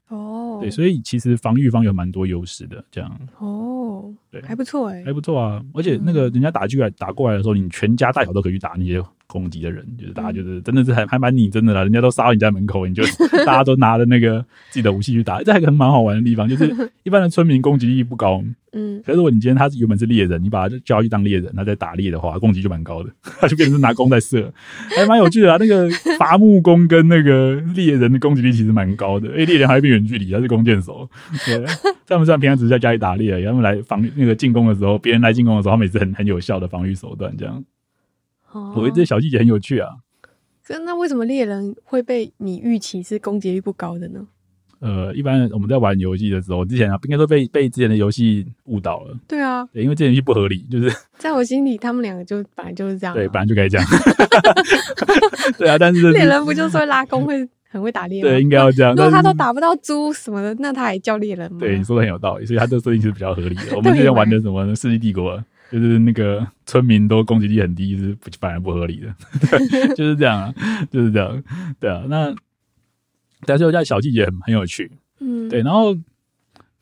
Speaker 1: 哦，
Speaker 2: 对，所以其实防御方有蛮多优势的，这样。
Speaker 1: 哦，
Speaker 2: 对
Speaker 1: 还不错哎
Speaker 2: 还，不错啊。而且那
Speaker 1: 嗯
Speaker 2: 个人家打巨来打过来的时候，你全家大小都可以去打那些攻击的人，就是
Speaker 1: 嗯
Speaker 2: 大家就是真的是还还蛮拟真的啦，人家都杀到你家门口， 你就大家都拿着那个自己的武器去打，这还有一个蛮好玩的地方，就是一般的村民攻击力不高，
Speaker 1: 嗯，
Speaker 2: 可是如果你今天他是原本是猎人，你把他叫去当猎人，他在打猎的话，攻击就蛮高的， 他就变成是拿弓在射，还蛮有趣的啊。那个伐木工跟那个猎人的攻击力其实蛮高的，哎，猎人还会变远距离，他是弓箭手。对，啊他们虽然平常只是在家里打猎而已，他们来防御那个进攻的时候，别人来进攻的时候，他们也是很很有效的防御手段。这样，
Speaker 1: 哦
Speaker 2: 我，觉得这些小细节很有趣啊。
Speaker 1: 可那为什么猎人会被你预期是攻击力不高的呢？
Speaker 2: 呃，一般我们在玩游戏的时候，之前啊，应该说被被之前的游戏误导了，
Speaker 1: 对啊，
Speaker 2: 对，因为之前游戏不合理，就是
Speaker 1: 在我心里，他们两个就本来就是这样啊。
Speaker 2: 对，本来就该这样。 对啊，但是这是
Speaker 1: 猎人不就是会拉弓，会很会打猎吗？
Speaker 2: 对，应该要这样。
Speaker 1: 如果
Speaker 2: 但
Speaker 1: 他
Speaker 2: 是
Speaker 1: 都打不到猪什么的，那他还叫猎人吗？
Speaker 2: 对，你说的很有道理，所以它这个设定是比较合理的。我们之前玩的什么《世纪帝国》，啊就是那个村民都攻击力很低，是不反而不合理的， 对就是这样啊，就是这样，对啊。那但是我家小细节很很有趣，
Speaker 1: 嗯，
Speaker 2: 对，然后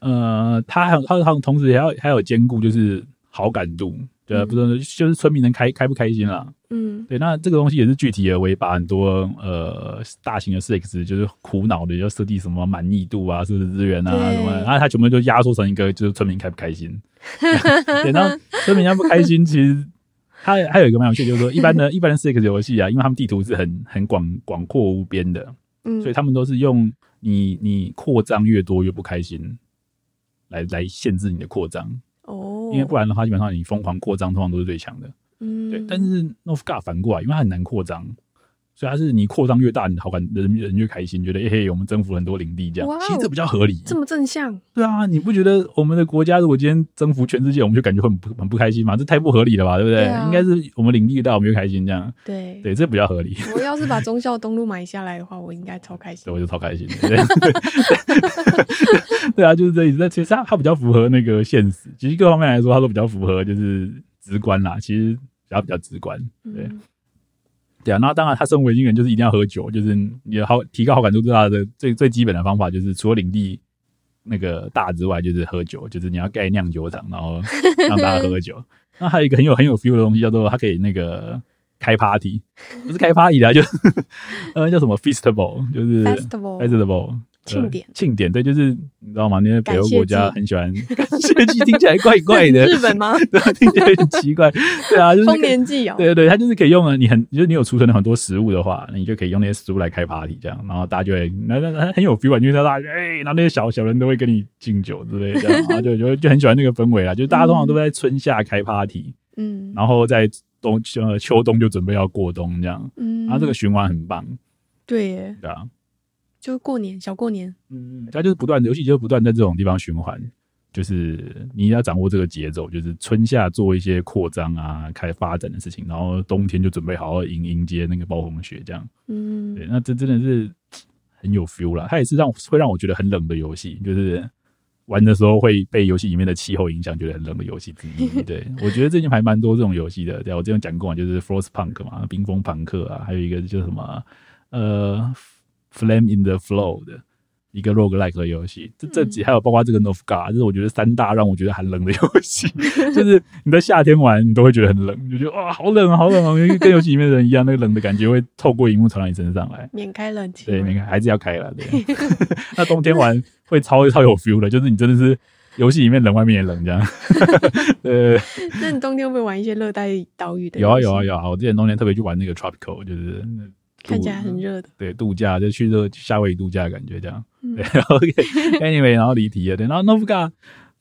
Speaker 2: 呃，他还有他他同时还要还有兼顾就是好感度，对啊，
Speaker 1: 嗯
Speaker 2: 不是就是村民能开开不开心啦，
Speaker 1: 嗯
Speaker 2: 对，那这个东西也是具体而为，把很多呃大型的 CX 就是苦恼的，要设定什么满意度啊、是不是资源啊
Speaker 1: 对
Speaker 2: 什么的，然后它全部就压缩成一个就是村民开不 开心。对，然后村民要不开心，其实它还有一个蛮有趣的，就是说一 般的一般的 CX 游戏啊，因为他们地图是很很广广阔无边的，
Speaker 1: 嗯，
Speaker 2: 所以他们都是用你你扩张越多越不开心来来限制你的扩张，
Speaker 1: 哦，
Speaker 2: 因为不然的话，基本上你疯狂扩张通常都是最强的。
Speaker 1: 嗯，
Speaker 2: 对，但是 n o f g a 反过来，因为它很难扩张，所以它是你扩张越大，你好感人人越开心，觉得嘿嘿，我们征服了很多领地这样
Speaker 1: 哇哦，
Speaker 2: 其实这比较合理。
Speaker 1: 这么正向，
Speaker 2: 对啊，你不觉得我们的国家如果今天征服全世界，我们就感觉很不很不开心吗？这太不合理了吧，对不
Speaker 1: 对
Speaker 2: 对？
Speaker 1: 啊
Speaker 2: 应该是我们领地越大，我们越开心 这样。
Speaker 1: 对，
Speaker 2: 对，这比较合理。
Speaker 1: 我要是把忠孝东路买下来的话，我应该超开心
Speaker 2: 对，。我就超开心的。 对对啊，就是这意思。那其实它它比较符合那个现实，其实各方面来说，它都比较符合就是直观啦。其实比较比较直观，对。
Speaker 1: 嗯
Speaker 2: 对啊，那当然，他身为维京人就是一定要喝酒，就是你的好提高好感度最大的最最基本的方法，就是除了领地那个大之外，就是喝酒，就是你要盖酿酒厂，然后让大家喝酒。那还有一个很有很有 feel 的东西，叫做它可以那个开 party，不是开 party 啊啦，就 呃叫什么 festival，就是
Speaker 1: Festival
Speaker 2: festival
Speaker 1: 庆典
Speaker 2: 呃庆典，对，就是你知道吗？那些北欧国家
Speaker 1: 感谢祭
Speaker 2: 很喜欢感谢祭，听起来怪怪的，
Speaker 1: 日本吗？
Speaker 2: 对啊，听起来很奇怪，对啊，就是
Speaker 1: 丰年祭哦，
Speaker 2: 对对对，它就是可以用了。你很就是你有储存了很多食物的话，那你就可以用那些食物来开 party 这样，然后大家就会那那那很有 feel 啊，因为大家哎、然后那些小小人都会跟你敬酒之类的，这样然后就就就很喜欢那个氛围啦。就是大家通常都在春夏开 party，、
Speaker 1: 嗯，
Speaker 2: 然后在冬呃秋冬就准备要过冬这样，
Speaker 1: 嗯，
Speaker 2: 然后这个循环很棒，
Speaker 1: 对耶，
Speaker 2: 对啊，
Speaker 1: 就过年小过年，
Speaker 2: 嗯，它就是不断的游戏就是不断在这种地方循环。就是你要掌握这个节奏，就是春夏做一些扩张啊、开发展的事情，然后冬天就准备好好迎迎接那个暴风雪这样。对，
Speaker 1: 嗯，
Speaker 2: 那这真的是很有 feel 啦。它也是让会让我觉得很冷的游戏，就是玩的时候会被游戏里面的气候影响，觉得很冷的游戏之一。对，我觉得最近还蛮多这种游戏的。对啊，我之前讲过嘛，就是 Frostpunk 嘛，冰封朋克啊，还有一个叫什么呃 Flame in the Flow 的。一个 roguelike 的游戏，这
Speaker 1: 嗯
Speaker 2: 这几还有包括这个 Novga，这是我觉得三大让我觉得寒冷的游戏， 就是你在夏天玩，你都会觉得很冷，你就觉得哇、好冷啊，好冷啊，跟游戏里面的人一样，那个冷的感觉会透过荧幕传到你身上来。
Speaker 1: 免开冷气，
Speaker 2: 对，那个还是要开了。 对，那冬天玩会超超有 feel 的，就是你真的是游戏里面冷，外面也冷这样。对，
Speaker 1: 那你冬天会不会玩一些热带岛屿的？
Speaker 2: 有啊有啊，有啊！我之前冬天特别去玩那个 tropical，就是
Speaker 1: 看起来
Speaker 2: 嗯
Speaker 1: 很热的，
Speaker 2: 对度假，就去这夏威夷度假的感觉这样。
Speaker 1: 嗯
Speaker 2: 对，OK，anyway，然后离题了。对，然后 Novga。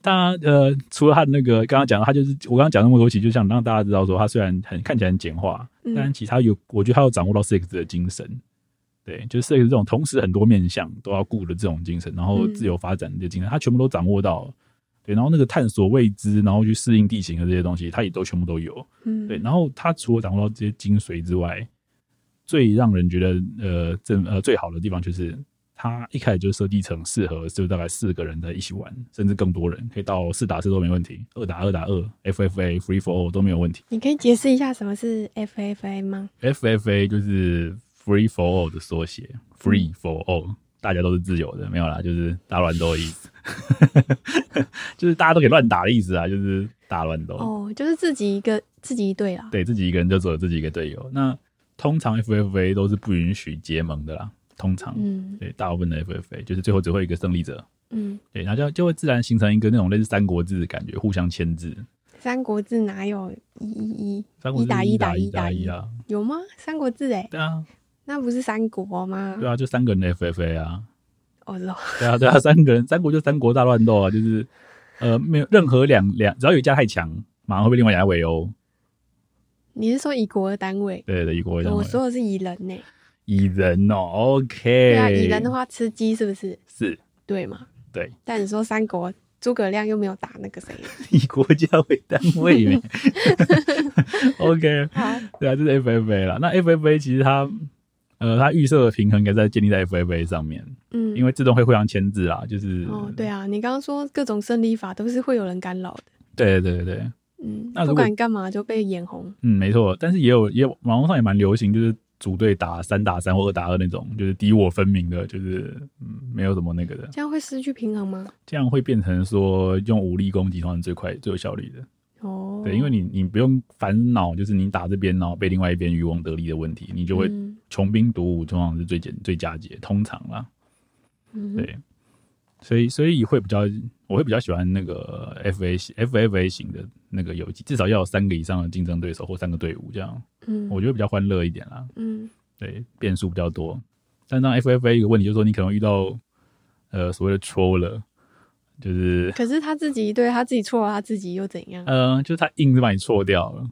Speaker 2: 它呃，除了它的那个刚刚讲的，它就是我刚刚讲那么多，其实就想让大家知道说，它虽然很看起来很简化，
Speaker 1: 嗯
Speaker 2: 但其实它有，我觉得它有掌握到 Six 的精神。对，就是 Six 这种同时很多面向都要顾的这种精神，然后
Speaker 1: 嗯
Speaker 2: 自由发展的精神，它全部都掌握到了。对，然后那个探索未知，然后去适应地形的这些东西，它也都全部都有。
Speaker 1: 嗯，
Speaker 2: 对，然后他除了掌握到这些精髓之外，最让人觉得呃正呃最好的地方就是，他一开始就设计成适合就大概四个人在一起玩，甚至更多人，可以到四打四都没问题，二打二打二，FFA free for all 都没有问题。
Speaker 1: 你可以解释一下什么是 FFA 吗？
Speaker 2: FFA 就是 free for all 的缩写，free for all，大家都是自由的，没有啦，就是大乱斗的意思， 就是大家都可以乱打的意思啊，就是大乱斗。
Speaker 1: 哦，就是自己一个自己一队 啦，
Speaker 2: 对自己一个人就只有自己一个队友。那通常 FFA 都是不允许结盟的啦，通常、
Speaker 1: 嗯
Speaker 2: 对大部分的 FFA 就是最后只会有一个胜利者，
Speaker 1: 嗯，
Speaker 2: 对，然后就就会自然形成一个那种类似三国志的感觉，互相牵制。
Speaker 1: 三国志哪有一一一？
Speaker 2: 三国志
Speaker 1: 打
Speaker 2: 一
Speaker 1: 一打
Speaker 2: 一
Speaker 1: 一打
Speaker 2: 一
Speaker 1: 一
Speaker 2: 啊，
Speaker 1: 有吗？三国志哎，
Speaker 2: 对啊，
Speaker 1: 那不是三国吗？
Speaker 2: 对啊，就三个人的 FFA 啊，
Speaker 1: 哦，知道
Speaker 2: 对啊，对 啊，三个人三国就三国大乱斗啊，就是呃没有任何两两，只要有一家太强，马上会被另外一家围殴。
Speaker 1: 你是说以国的单位？哦
Speaker 2: 对对，一国一家
Speaker 1: 我
Speaker 2: 围
Speaker 1: 说的是以人呢、欸
Speaker 2: 以人哦，OK，
Speaker 1: 对啊，以人的话吃鸡是不是？
Speaker 2: 是
Speaker 1: 对嘛？
Speaker 2: 对。
Speaker 1: 但你说三国诸葛亮又没有打那个谁，
Speaker 2: 以国家为单位没？OK，
Speaker 1: 好，
Speaker 2: 对啊，这是 FFA 啦。那 FFA 其实它，呃，它预设的平衡应该在建立在 FFA 上面，
Speaker 1: 嗯， 哦
Speaker 2: 因为自动会互相牵制啦，就是，
Speaker 1: 哦，对啊，你刚刚说各种胜利法都是会有人干扰的，
Speaker 2: 对对对对
Speaker 1: 嗯，
Speaker 2: 那如
Speaker 1: 不
Speaker 2: 果
Speaker 1: 管干嘛就被眼红，
Speaker 2: 嗯，没错，但是也有也有网络上也蛮流行，就是组队打三打三或二打二那种，就是敌我分明的，就是嗯没有什么那个的，
Speaker 1: 这样会失去平衡吗？
Speaker 2: 这样会变成说用武力攻击通常最快最有效率的。
Speaker 1: 哦，
Speaker 2: 对，因为你你不用烦恼，就是你打这边然后被另外一边渔翁得利的问题，你就会
Speaker 1: 嗯
Speaker 2: 穷兵黩武，通常是最简最佳解，通常啦。
Speaker 1: 嗯
Speaker 2: 对所以所以会比较，我会比较喜欢那个 F A F F A 型的那个游戏，至少要有三个以上的竞争对手或三个队伍，这样
Speaker 1: 嗯
Speaker 2: 我觉得比较欢乐一点啦。
Speaker 1: 嗯
Speaker 2: 对，变数比较多。但当 F F A 一个问题就是说，你可能遇到呃所谓的 troller，就是
Speaker 1: 可是他自己对他自己错了，他自己又怎样？
Speaker 2: 呃，就是他硬是把你错掉了，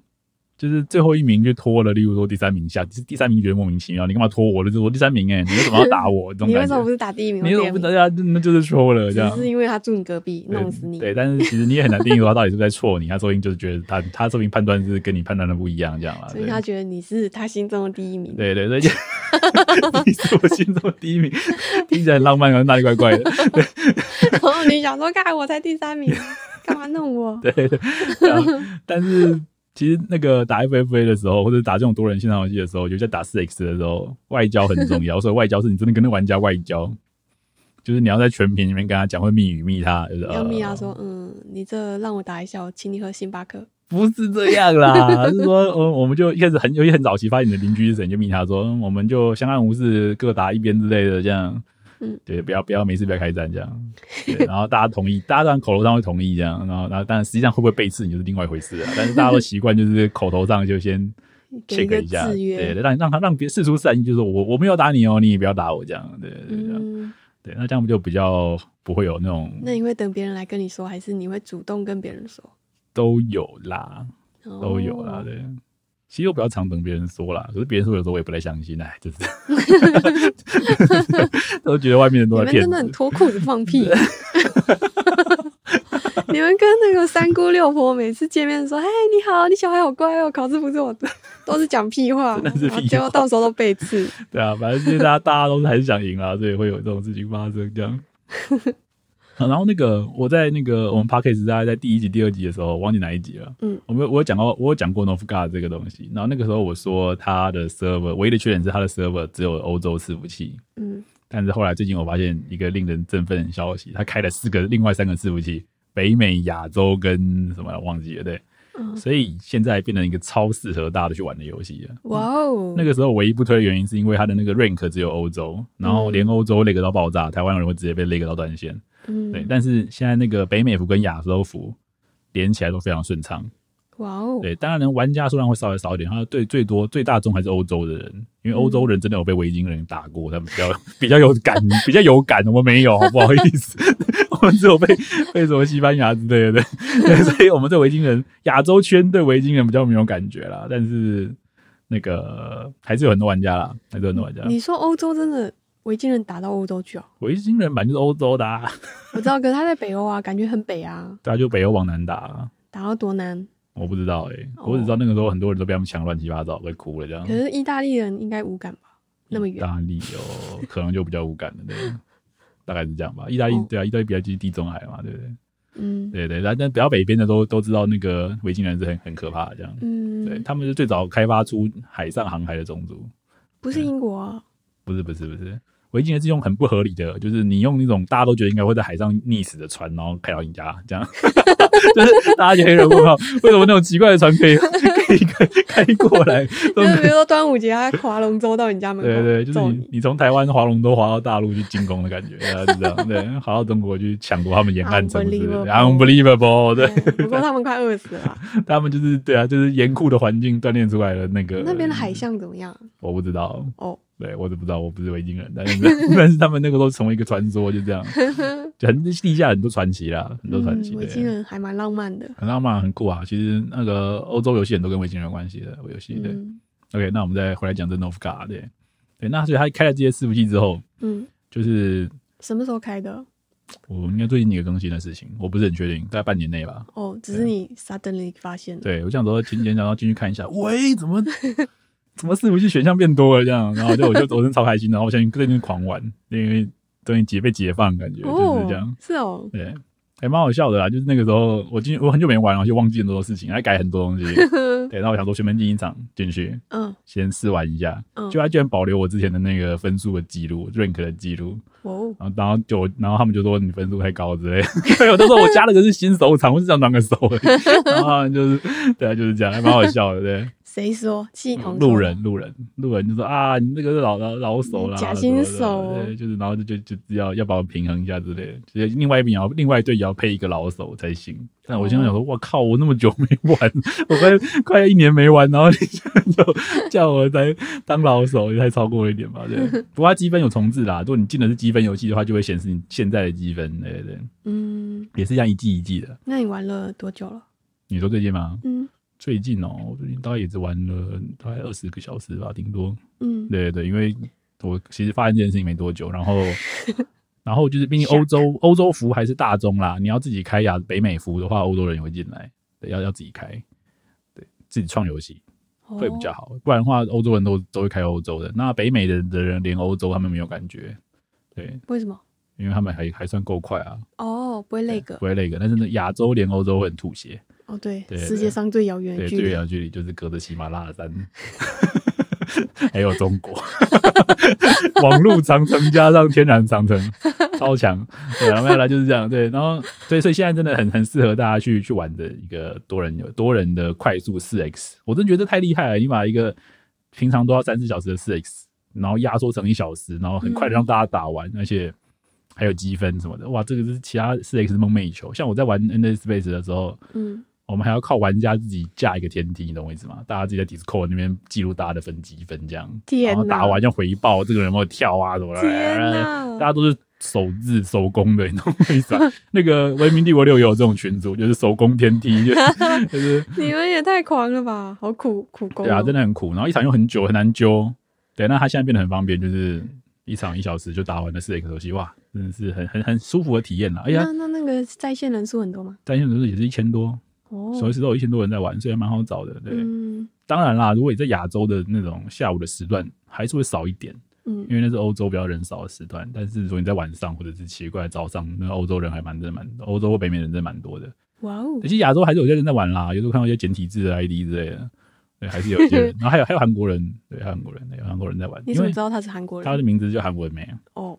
Speaker 2: 就是最后一名就拖了，例如说第三名下，第第三名觉得莫名其妙，你干嘛拖我？就是我第三名哎、你为什么要打我？这种
Speaker 1: 你为
Speaker 2: 感
Speaker 1: 什么不
Speaker 2: 觉，
Speaker 1: 是打第一名？
Speaker 2: 你怎么不
Speaker 1: 打
Speaker 2: 大？家那就是错了这样
Speaker 1: 只。是因为他住你隔壁，
Speaker 2: 对
Speaker 1: 弄死你。
Speaker 2: 对，但是其实你也很难定义说他到底是不是在错你，他说不定就是觉得他他说不定判断是跟你判断的不一样这样啦。
Speaker 1: 所
Speaker 2: 对
Speaker 1: 以他觉得你是他心中的第一名。
Speaker 2: 对对 对，就你是我心中的第一名，听起来很浪漫，然后哪里怪怪的。
Speaker 1: 然后你想说，干我才第三名，干嘛弄我？
Speaker 2: 对对，啊但是其实那个打 FFA 的时候，或者打这种多人线上游戏的时候，尤其在打四 X 的时候，外交很重要。所以外交是你真的跟那玩家外交，就是你要在全屏里面跟他讲，会密语密他，就是
Speaker 1: 要密他
Speaker 2: 呃
Speaker 1: 说，嗯，你这让我打一下，我请你喝星巴克。
Speaker 2: 不是这样 啦，是说，呃，我们就一开始很，尤其很早期发现你的邻居是谁，你就密他说，嗯我们就相安无事，各打一边之类的，这样，
Speaker 1: 嗯，
Speaker 2: 对，不要不要没事不要开战这样，对， 然后大家同意，大家当然口头上会同意这样，然后然后但实际上会不会背刺你就是另外一 回事了，啊但是大家都习惯就是口头上就先
Speaker 1: 给一个
Speaker 2: check 一下，
Speaker 1: 制约
Speaker 2: 对，让让他让别事出善意，就是我我没有打你哦，你也不要打我这样，对对对这样，
Speaker 1: 嗯，
Speaker 2: 对，那这样就比较不会有那种
Speaker 1: 那你会等别人来跟你说，还是你会主动跟别人说？
Speaker 2: 都有啦，都有啦，
Speaker 1: 哦。
Speaker 2: 对。其实我比较常等别人说啦，可是别人说有时候我也不太相信，哎， 就是这样，都觉得外面人
Speaker 1: 你
Speaker 2: 都在
Speaker 1: 们
Speaker 2: 骗
Speaker 1: 真的很
Speaker 2: 子。
Speaker 1: 脱裤子放屁。 你们跟那个三姑六婆每次见面说：“哎，你好，你小孩好乖哦，考试不错。”都是讲屁话，
Speaker 2: 真的是屁话
Speaker 1: 然后结果到时候都背刺。
Speaker 2: 对啊，反正就是大家大家都是还是想赢啦，所以会有这种事情发生 这样。啊然后那个我在那个我们 p a c k a g e 大概在第一集、第二集的时候，我忘记哪一集了。
Speaker 1: 嗯，
Speaker 2: 我们我有讲到，我有讲过 Novga 这个东西。然后那个时候我说它的 server 唯一的缺点是它的 server 只有欧洲伺服器，
Speaker 1: 嗯，
Speaker 2: 但是后来最近我发现一个令人振奋的消息，他开了四个另外三个伺服器，北美、亚洲跟什么忘记了，对，
Speaker 1: 嗯
Speaker 2: 所以现在变成一个超适合大家都去玩的游戏了。
Speaker 1: 哇哦，
Speaker 2: 那个时候唯一不推的原因是因为它的那个 rank 只有欧洲，然后连欧洲 lag 到爆炸，台湾人会直接被 lag 到断线。
Speaker 1: 嗯，
Speaker 2: 对，但是现在那个北美服跟亚洲服连起来都非常顺畅。
Speaker 1: 哇哦，
Speaker 2: 对，当然呢，玩家数量会稍微少一点，他对最多最大众还是欧洲的人，因为欧
Speaker 1: 嗯
Speaker 2: 洲人真的有被维京人打过，他们比较比较有感，比较有感，我们没有，好不好意思， 我们只有被被什么西班牙之类的，对，所以我们对维京人亚洲圈对维京人比较没有感觉啦，但是那个还是有很多玩家啦，还是有很多玩家，
Speaker 1: 你说欧洲真的维京人打到欧洲去哦？
Speaker 2: 维京人版就是欧洲的、啊，
Speaker 1: 我知道，可是他在北欧啊，感觉很北啊，
Speaker 2: 大家就北欧往南打、啊。
Speaker 1: 打到多难？
Speaker 2: 我不知道哎、
Speaker 1: 哦
Speaker 2: 我只知道那个时候很多人都被他们抢乱七八糟，快哭了这样
Speaker 1: 可。是意大利人应该无感吧？那么
Speaker 2: 意
Speaker 1: 远，
Speaker 2: 大利哦，可能就比较无感了，对， 大概是这样吧。意大利
Speaker 1: 哦
Speaker 2: 对啊，意大利比较接近地中海嘛，对不对？
Speaker 1: 嗯
Speaker 2: 对啊对，但但比较北边的都都知道那个维京人是很很可怕的，这样。对
Speaker 1: 嗯，
Speaker 2: 他们是最早开发出海上航海的种族，
Speaker 1: 不是英国啊，
Speaker 2: 不是不是不是，维京人是用很不合理的，就是你用那种大家都觉得应该会在海上溺死的船，然后开到人家这样， 就是大家觉得很问号，为什么那种奇怪的船可以 可以开开过来？ 都
Speaker 1: 就是比如说端午节他划龙舟到你家门口，
Speaker 2: 对对，就是
Speaker 1: 揍
Speaker 2: 你你从台湾划龙舟划到大陆去进攻的感觉，大家知道，对，划到中国去抢夺他们沿岸城 市
Speaker 1: Unbelievable
Speaker 2: ，unbelievable，对，
Speaker 1: 对 不过他们快饿死了啊。
Speaker 2: 他们就是对啊，就是严酷的环境锻炼出来的那个
Speaker 1: 那边的海，象怎么样？
Speaker 2: 我不知道，
Speaker 1: 哦，
Speaker 2: 对我只不知道，我不是维京人，但是但是他们那个时候成为一个传说，就 这样，就很地下很多传奇啦，很多传奇，
Speaker 1: 嗯维
Speaker 2: 对
Speaker 1: 京人还蛮浪漫的。
Speaker 2: 很浪漫，很酷啊。其实那个欧洲游戏很多跟维京人有关系的游戏，对。
Speaker 1: 嗯
Speaker 2: OK，那我们再回来讲这 Novga，对对，那所以他开了这些伺服器之后，
Speaker 1: 嗯，
Speaker 2: 就是
Speaker 1: 什么时候开的？
Speaker 2: 我应该最近一个更新的事情，我不是很确定，大概半年内吧。
Speaker 1: 哦，只
Speaker 2: 啊
Speaker 1: 是你 suddenly 发现的。
Speaker 2: 对我想说前几天想要进去看一下，喂，怎么 怎么伺服器选项变多了这样？然后就我就我真的超开心，然后我相信最近狂玩，因为终于解被解放，感觉就是这样。
Speaker 1: 哦，是哦，
Speaker 2: 对，还蛮好笑的啦。就是那个时候，我今我很久没玩了，就忘记很多事情，还改很多东西。对，那我想说全面竞技场进去
Speaker 1: 嗯，
Speaker 2: 先试玩一下，
Speaker 1: 嗯
Speaker 2: 就他居然保留我之前的那个分数的记录，rank 的记录。
Speaker 1: 哦，
Speaker 2: 然后，然后就，然后他们就说你分数太高之类的。 对，我都说我加了个是新手场，我只想当个手而已。然后他们就是，对啊，就是这样，还蛮好笑的。对，
Speaker 1: 谁说系统说
Speaker 2: 路人路人路人就说啊，你那个是老老老手啦，
Speaker 1: 假新手
Speaker 2: 什么的对，就是然后就就就要要把我平衡一下之类的，就是另外一边也要另外一队也要配一个老手才行。但我现在想说，
Speaker 1: 哦
Speaker 2: 我靠，我那么久没玩， 我快快要一年没玩，然后你现在就叫我来当老手，也太超过了一点吧？ 对，不过它积分有重置啦，如果你进的是积分游戏的话，就会显示你现在的积分，对对对，
Speaker 1: 嗯，
Speaker 2: 也是这样一季一季的。
Speaker 1: 那你玩了多久了？
Speaker 2: 你说最近吗？
Speaker 1: 嗯
Speaker 2: 最近哦，我最近大概也只玩了大概二十个小时吧，顶多。
Speaker 1: 嗯，
Speaker 2: 对对，因为我其实发现这件事情没多久，然后然后就是毕竟欧洲欧洲服还是大宗啦，你要自己开亚北美服的话，欧洲人也会进来，对，要要自己开，对自己创游戏
Speaker 1: 哦
Speaker 2: 会比较好，不然的话欧洲人都都会开欧洲的，那北美的的人连欧洲他们没有感觉，对，
Speaker 1: 为什么？
Speaker 2: 因为他们还还算够快啊，
Speaker 1: 哦，不会累个
Speaker 2: 不会那个，但是呢亚洲连欧洲会很吐血，
Speaker 1: 哦，对，
Speaker 2: 对
Speaker 1: 世界上最遥远的
Speaker 2: 对，
Speaker 1: 距
Speaker 2: 最远
Speaker 1: 离，
Speaker 2: 的距离就是隔着喜马拉雅山， 还有中国， 网路长城加上天然长城，超强。对，然后再来就是这样，对，然后对，所以现在真的很很适合大家去去玩的一个多人游多人的快速四 X，我真觉得太厉害了，你把一个平常都要三四小时的四 X，然后压缩成一小时，然后很快
Speaker 1: 嗯
Speaker 2: 的让大家打完，而且。还有积分什么的，哇，这个是其他四 X 梦寐以求。像我在玩 N S Space 的时候，
Speaker 1: 嗯，
Speaker 2: 我们还要靠玩家自己架一个天梯，你懂我意思吗？大家自己在 Discord 那边记录大家的分积分，这样，
Speaker 1: 天哪
Speaker 2: 然后打完要回报这个人有没有跳啊什么的，
Speaker 1: 天
Speaker 2: 大
Speaker 1: 哪，
Speaker 2: 家都是手字手工的，你懂我意思吗？那个《文明帝国六》也有这种群组，就是手工天 梯，就是就是
Speaker 1: 你们也太狂了吧，好苦苦工，哦
Speaker 2: 对啊，真
Speaker 1: 的，
Speaker 2: 的很苦，然后一场又很久，很难揪。对，那它现在变得很方便，就是一场一小时就打完了四 X 游戏，哇，真的是很很很舒服的体验了。哎呀
Speaker 1: 那，那那个在线人数很多吗？
Speaker 2: 单线人数也是一千多，
Speaker 1: 哦，
Speaker 2: 手游时都有一千多人在玩，所以还蛮好找的。对，
Speaker 1: 嗯
Speaker 2: 当然啦，如果你在亚洲的那种下午的时段，还是会少一点，
Speaker 1: 嗯
Speaker 2: 因为那是欧洲比较人少的时段。但是如果你在晚上或者是奇怪的早上，那欧洲人还蛮真的蛮，欧洲或北美人真的蛮多的。
Speaker 1: 哇哦
Speaker 2: 其，实亚洲还是有些人在玩啦，有时候看到一些简体字的 ID 之类的，对，还 是有一些人。然后还有还有韩国人，对，还有韩国人，对有韩国人在玩，
Speaker 1: 你
Speaker 2: 因
Speaker 1: 怎
Speaker 2: 为
Speaker 1: 么知道他是韩国
Speaker 2: 他的
Speaker 1: 人？
Speaker 2: 名 字叫韩文梅。
Speaker 1: 哦，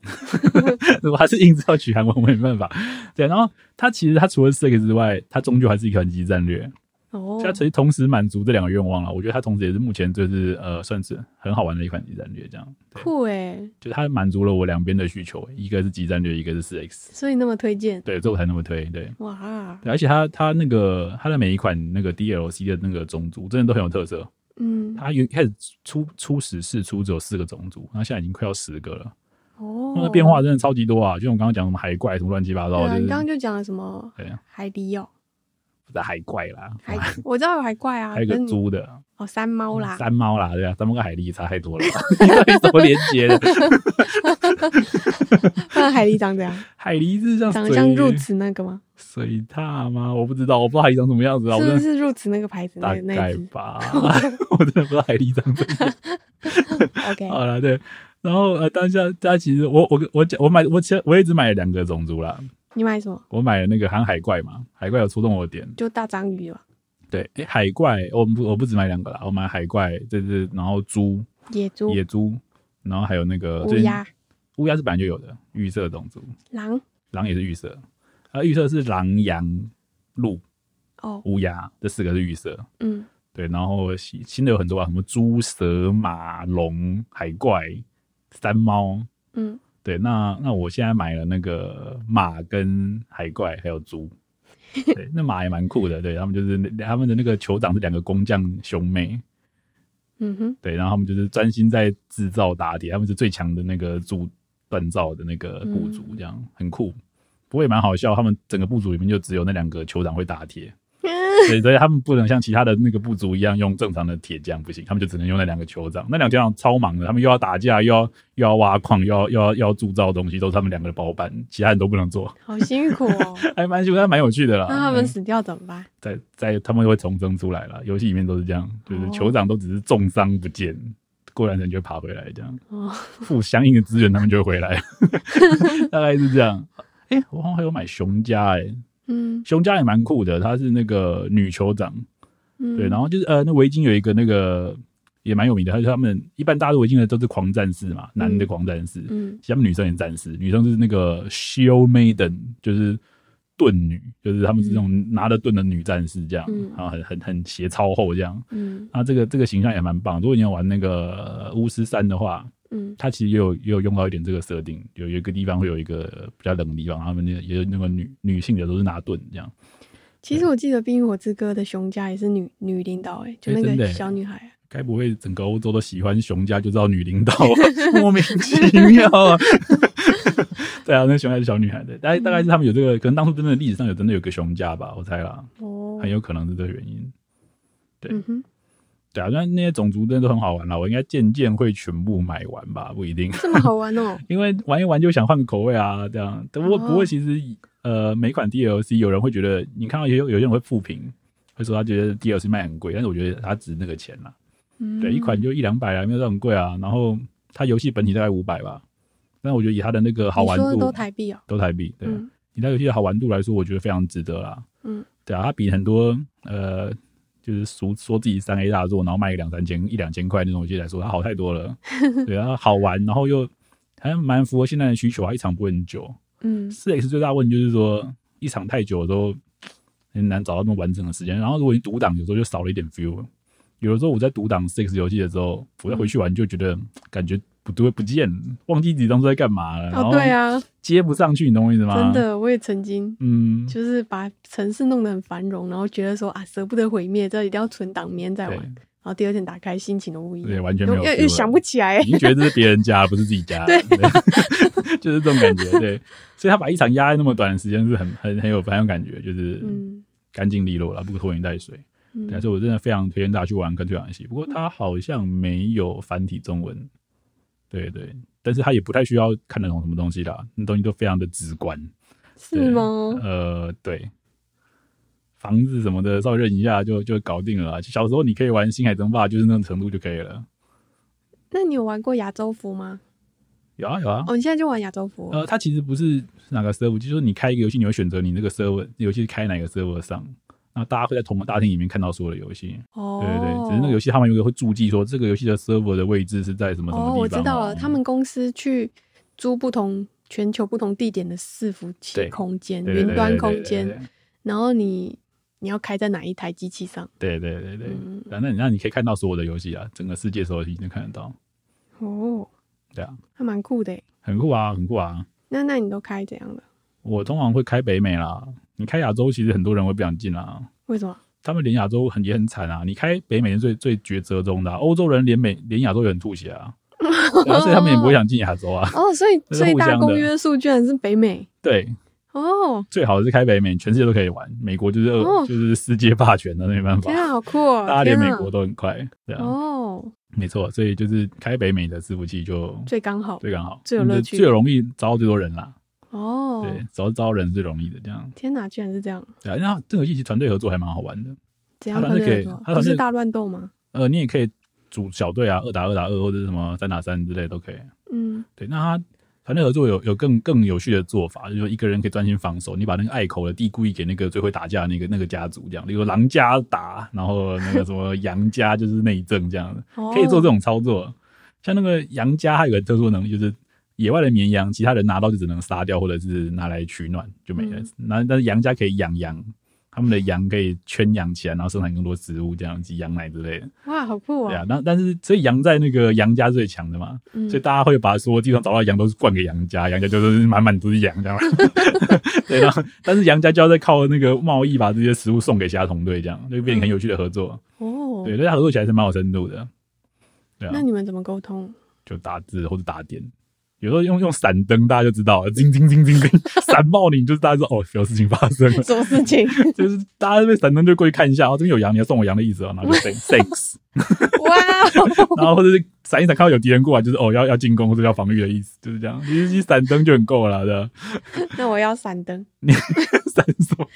Speaker 2: 我还是硬是要取韩文，我没办法。对，然后他其实他除了 Six 之外，他终究还是一款机战略。
Speaker 1: 哦，
Speaker 2: 它其实同时满足这两个愿望了。我觉得它同时也是目前就是呃，算是很好玩的一款集战略，这样
Speaker 1: 酷欸诶，
Speaker 2: 就是它满足了我两边的需求，一个是集战略，一个是四 X，
Speaker 1: 所以那么推荐，
Speaker 2: 对，这我才那么推。对，
Speaker 1: 哇，
Speaker 2: 对而且它它那个它的每一款那个 DLC 的那个种族真的都很有特色。
Speaker 1: 嗯，
Speaker 2: 它原开始初初始试出只有四个种族，那现在已经快要十个了，
Speaker 1: 哦，
Speaker 2: 那个变化真的超级多啊！就像我刚刚讲什么海怪什么乱七八
Speaker 1: 对
Speaker 2: 糟，
Speaker 1: 啊，
Speaker 2: 就
Speaker 1: 你
Speaker 2: 是
Speaker 1: 刚刚就讲了什么
Speaker 2: 对啊
Speaker 1: 海狸哦，
Speaker 2: 不是海怪啦，
Speaker 1: 海，我知道有海怪啊，
Speaker 2: 还有一
Speaker 1: 可
Speaker 2: 个
Speaker 1: 是你
Speaker 2: 猪的，
Speaker 1: 哦，山猫啦，
Speaker 2: 山猫啦，对啊，山猫跟海狸差太多了吧， 你到底怎么连接的？
Speaker 1: 不然海狸长怎样？
Speaker 2: 海狸是像
Speaker 1: 长
Speaker 2: 水
Speaker 1: 得像 Roots 那个吗？
Speaker 2: 水獭吗？我不知道，我不知道海狸长什么样子啊，我
Speaker 1: 是
Speaker 2: 真
Speaker 1: 不
Speaker 2: 的
Speaker 1: 是 Roots 那个牌子
Speaker 2: 大
Speaker 1: 那那
Speaker 2: 概
Speaker 1: 一只
Speaker 2: 吧， 我真的不知道海狸长 什么样。
Speaker 1: ？OK，
Speaker 2: 好了，对，然后呃，当下大家其实我我我讲我买我其实我也只买了两个种族啦，
Speaker 1: 你买什么？
Speaker 2: 我买了那个航海怪嘛，海怪有戳中我的点，
Speaker 1: 就大章鱼哦吧，
Speaker 2: 对，诶，海怪我不我不只买两个啦，我买海怪，这是然后猪
Speaker 1: 野猪、
Speaker 2: 野猪，然后还有那个
Speaker 1: 乌鸦、
Speaker 2: 乌鸦是本来就有的预设种族，
Speaker 1: 狼。
Speaker 2: 狼也是预设，啊而预设是狼羊鹿
Speaker 1: 哦，
Speaker 2: 乌鸦这四个是预设。
Speaker 1: 嗯，
Speaker 2: 对，然后新新的有很多啊，什么猪、蛇、马、龙、海怪、山猫。
Speaker 1: 嗯，
Speaker 2: 对，那那我现在买了那个马跟海怪，还有猪。对，那马也蛮酷的。对他们就是那他们的那个酋长是两个工匠兄妹。
Speaker 1: 嗯哼，
Speaker 2: 对，然后他们就是专心在制造打铁，他们是最强的那个铸锻造的那个部族，这样、很酷。不过也蛮好笑，他们整个部族里面就只有那两个酋长会打铁。对，所以他们不能像其他的那个部族一样用正常的铁匠，不行，他们就只能用那两个酋长。那两个酋长超忙的，他们又要打架，又要又要挖矿，又要又要又要铸造东西，都是他们两个的包办，其他人都不能做，
Speaker 1: 好辛苦 哦。
Speaker 2: 还蛮辛苦，还蛮有趣的啦。
Speaker 1: 那他们
Speaker 2: 嗯
Speaker 1: 死掉怎么办？
Speaker 2: 在在他们会重生出来了，游戏里面都是这样，就是
Speaker 1: 哦
Speaker 2: 酋长都只是重伤不见，过两天就会爬回来这样。
Speaker 1: 哦，
Speaker 2: 付相应的资源，他们就会回来，大概是这样。哎、哎、我好像还有买熊家、诶哎，
Speaker 1: 嗯
Speaker 2: 熊家也蛮酷的，它是那个女酋长，
Speaker 1: 嗯，
Speaker 2: 对，然后就是呃，那围巾有一个那个也蛮有名的，他就他们一般大陆围巾的都是狂战士嘛，男的狂战士，
Speaker 1: 嗯
Speaker 2: 其实他们女生也是战士，女生是那个 shield maiden，就是盾女，就是他们是这种拿着盾的女战士这样，
Speaker 1: 嗯
Speaker 2: 然后很很很斜超厚这样。
Speaker 1: 嗯
Speaker 2: 那这个这个形象也蛮棒。如果你要玩那个呃巫师三的话，
Speaker 1: 嗯
Speaker 2: 它其实也有也有用到一点这个设定，有有一个地方会有一个比较冷的地方，他们那也有那个女女性的都是拿盾这样。
Speaker 1: 其实我记得《冰与火之歌》的熊家也是女女领导、欸，哎，就
Speaker 2: 诶
Speaker 1: 那
Speaker 2: 真的
Speaker 1: 个
Speaker 2: 欸
Speaker 1: 小女孩啊、
Speaker 2: 该不会整个欧洲都喜欢熊家就知道女领导啊，莫名其妙啊？ 对啊，那熊家是小女孩的，大概大概是他们有这个，可能当初真的历史上有真的有个熊家吧，我猜啦，
Speaker 1: 哦，
Speaker 2: 很有可能是这个原因。对
Speaker 1: 嗯哼，
Speaker 2: 对啊，但那些种族真的都很好玩啦，我应该渐渐会全部买完吧，不一定，
Speaker 1: 这么好玩哦、
Speaker 2: 因为玩一玩就想换个口味啊，这样。不过
Speaker 1: 哦
Speaker 2: 不过其实呃，每款 DLC 有人会觉得，你看到有有些人会复评，会说他觉得 DLC 卖很贵，但是我觉得它值那个钱啦。
Speaker 1: 嗯，
Speaker 2: 对，一款就一两百啊，没有到很贵啊。然后它游戏本体大概五百吧，但我觉得以它的那个好玩
Speaker 1: 你说的
Speaker 2: 度，
Speaker 1: 都台币哦、
Speaker 2: 都台币，对啊、
Speaker 1: 嗯
Speaker 2: 以它游戏的好玩度来说，我觉得非常值得啦。
Speaker 1: 嗯，
Speaker 2: 对啊，它比很多呃，就是俗说自己三 A 大作，然后卖个两三千、一两千块那种游戏来说，它好太 多了。对啊，它好玩，然后又还蛮符合现在的需求啊，一场不会很久。
Speaker 1: 嗯
Speaker 2: 四 X 最大问题就是说，一场太久都很难找到那么完整的时间。然后如果你读档，有时候就少了一点 feel。有的时候我在读档 Six 游戏的时候，我再回去玩就觉得感觉不对，不见，忘记自己当初在干嘛了，然
Speaker 1: 哦，
Speaker 2: 后
Speaker 1: 对啊，
Speaker 2: 接不上去，你懂我意思吗？
Speaker 1: 真，的，我也曾经
Speaker 2: 嗯，
Speaker 1: 就是把城市弄得很繁荣，然后觉得说啊舍不得毁灭，这一定要存档明天再玩，
Speaker 2: 对
Speaker 1: 然后第二天打开心情都不一
Speaker 2: 对，
Speaker 1: 样，
Speaker 2: 完全没
Speaker 1: 又
Speaker 2: 有
Speaker 1: 又
Speaker 2: feel 了
Speaker 1: 又想不起来、
Speaker 2: 已经觉得这是别人家，不是自己 家，
Speaker 1: 对
Speaker 2: 对 就是这种感觉。对，所以他把一场压在那么短的时间，是很很很有很有感觉，就是
Speaker 1: 嗯
Speaker 2: 干净利落了，不拖泥带水。
Speaker 1: 嗯
Speaker 2: 对啊，所以我真的非常推荐大家去玩《跟推广游戏》，不过它好像没有繁体中文，对对，但是它也不太需要看得懂什么东西啦，那东西都非常的直观。
Speaker 1: 是吗？
Speaker 2: 呃，对，房子什么的稍微认一下就就搞定了啦。小时候你可以玩《星海争霸》，就是那种程度就可以了。
Speaker 1: 那你有玩过亚洲服吗？
Speaker 2: 有啊有啊，
Speaker 1: 哦，你现在就玩亚洲服哦，
Speaker 2: 呃，它其实不是哪个 server，就是你开一个游戏，你会选择你那个 server 游戏开哪个 server 上，那大家会在同个大厅里面看到所有的游戏。
Speaker 1: 哦，
Speaker 2: 呃对对对，只是那个游戏他们有一个会注记说这个游戏的 server 的位置是在什么什么地方。
Speaker 1: 哦，我知道了，
Speaker 2: 嗯
Speaker 1: 他们公司去租不同全球不同地点的伺服器
Speaker 2: 对
Speaker 1: 空间、
Speaker 2: 对对对
Speaker 1: 云端空
Speaker 2: 对
Speaker 1: 间，然后你你要开在哪一台机器上？
Speaker 2: 对对对对对
Speaker 1: 嗯
Speaker 2: 对，反正你那你可以看到所有的游戏啊，整个世界所有游戏都看得到，
Speaker 1: 哦，
Speaker 2: 对啊，
Speaker 1: 还蛮酷的耶。欸
Speaker 2: 很酷啊，很酷啊。
Speaker 1: 那那你都开怎样的？
Speaker 2: 我通常会开北美啦，你开亚洲其实很多人会不想进啦。
Speaker 1: 为什么？
Speaker 2: 他们连亚洲很也很惨啊！你开北美是最最抉择中的、啊，欧洲人连美连亚洲也很吐血啊，对啊所以他们也不会想进亚洲啊。
Speaker 1: 哦，所以
Speaker 2: 这是
Speaker 1: 最
Speaker 2: 互
Speaker 1: 大
Speaker 2: 相的
Speaker 1: 公约数居然是北美
Speaker 2: 对，
Speaker 1: 哦，
Speaker 2: 最好是开北美，全世界都可以玩。美国就是、
Speaker 1: 哦
Speaker 2: 就是世界霸权的，那没办法
Speaker 1: 天，啊，好酷哦！
Speaker 2: 大家连
Speaker 1: 天
Speaker 2: 美
Speaker 1: 啊
Speaker 2: 国都很快，对啊，
Speaker 1: 哦，
Speaker 2: 没错。所以就是开北美的伺服器就
Speaker 1: 最刚好
Speaker 2: 最刚好，
Speaker 1: 最有乐趣
Speaker 2: 嗯最容易招到最多人啦。
Speaker 1: 哦，
Speaker 2: 对，只要招人最容易的这样。
Speaker 1: 天哪，居然是这样，
Speaker 2: 对啊，然后这个游戏其实团队合作还蛮好玩的。
Speaker 1: 怎样
Speaker 2: 他反
Speaker 1: 团
Speaker 2: 正可
Speaker 1: 队
Speaker 2: 以
Speaker 1: 合作？
Speaker 2: 他
Speaker 1: 不
Speaker 2: 反
Speaker 1: 是
Speaker 2: 正
Speaker 1: 大乱斗吗？
Speaker 2: 呃，你也可以组小队啊，二打二打二或者是什么三打三之类都可以。
Speaker 1: 嗯
Speaker 2: 对，那他团队合作有有更更有趣的做法，就是说一个人可以专心防守，你把那个隘口的地故意给那个最会打架的那个那个家族这样，例如狼家打，然后那个什么 杨家就是内政这样的，
Speaker 1: 哦
Speaker 2: 可以做这种操作。像那个杨家，它有个特殊能力，就是野外的绵羊，其他人拿到就只能杀掉，或者是拿来取暖就没了
Speaker 1: 嗯。
Speaker 2: 那、但是杨家可以养羊，他们的羊可以圈养起来，然后生产更多食物，这样及羊奶之类的。
Speaker 1: 哇，好酷
Speaker 2: 对啊
Speaker 1: 哦！，
Speaker 2: 那但是所以羊在那个杨家是最强的嘛，
Speaker 1: 嗯
Speaker 2: 所以大家会把所有地上找到的羊都是灌给杨家，杨家就是满满都是羊这样。 对，然后但是杨家就要再靠那个贸易把这些食物送给其他同队，这样就变成很有趣的合作。
Speaker 1: 哦，
Speaker 2: 对，大家合作起来是蛮有深度的。对啊
Speaker 1: 那，你们怎么沟通？
Speaker 2: 就打字或者打点，有时候用用闪灯大家就知道了，叮叮叮叮叮，闪爆你，你就是大家知道哦有事情发生了。
Speaker 1: 什么事情？
Speaker 2: 就是大家被闪灯就过去看一下，哦，这边有羊，你要送我羊的意思哦，然后就 thanks，
Speaker 1: 哇，
Speaker 2: 然后或者是闪一闪，看到有敌人过来，就是哦要要进攻或者要防御的意思，就是这样。其实其实闪灯就很够了的，
Speaker 1: 那我要闪灯，
Speaker 2: 闪什么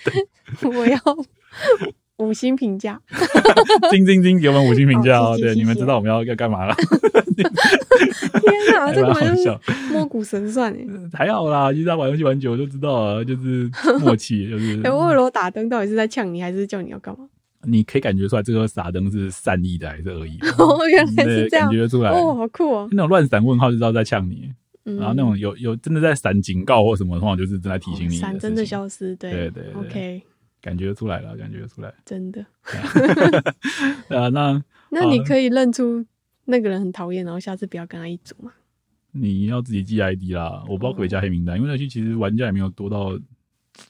Speaker 2: 灯？
Speaker 1: 我要五星评价，
Speaker 2: 金金金，给我们五星评价
Speaker 1: 好
Speaker 2: 哦！
Speaker 1: 谢谢
Speaker 2: 对，
Speaker 1: 谢谢
Speaker 2: 你们知道我们要要干嘛了，
Speaker 1: 天哪，
Speaker 2: 还
Speaker 1: 这
Speaker 2: 蛮
Speaker 1: 个
Speaker 2: 好
Speaker 1: 本就是
Speaker 2: 笑。嗯
Speaker 1: 摸骨神算哎！
Speaker 2: 还好啦，其实他玩游戏玩久了就知道了，就是默契，就是
Speaker 1: 哎，我罗打灯到底是在呛你，还是叫你要 干嘛？。
Speaker 2: 你可以感觉出来这个撒灯是善意的还是恶意的
Speaker 1: 哦， 原来是
Speaker 2: 对
Speaker 1: 这样
Speaker 2: 感，觉得出来。
Speaker 1: 哦，好酷哦！
Speaker 2: 那种乱闪问号就知道在呛你，
Speaker 1: 嗯，哦
Speaker 2: 然后那种有有真的在闪警告或什么的话，就是正在提醒你。
Speaker 1: 闪真的，消失，对
Speaker 2: 对对对
Speaker 1: o k
Speaker 2: 感觉出来了，感觉出来。
Speaker 1: 真的。
Speaker 2: 啊，那
Speaker 1: 那你可以认出那个人很讨厌，然后下次不要跟他一组嘛？
Speaker 2: 你要自己记 ID 啦，我不知道可不可以加黑名单，因为那区其实玩家也没有多到，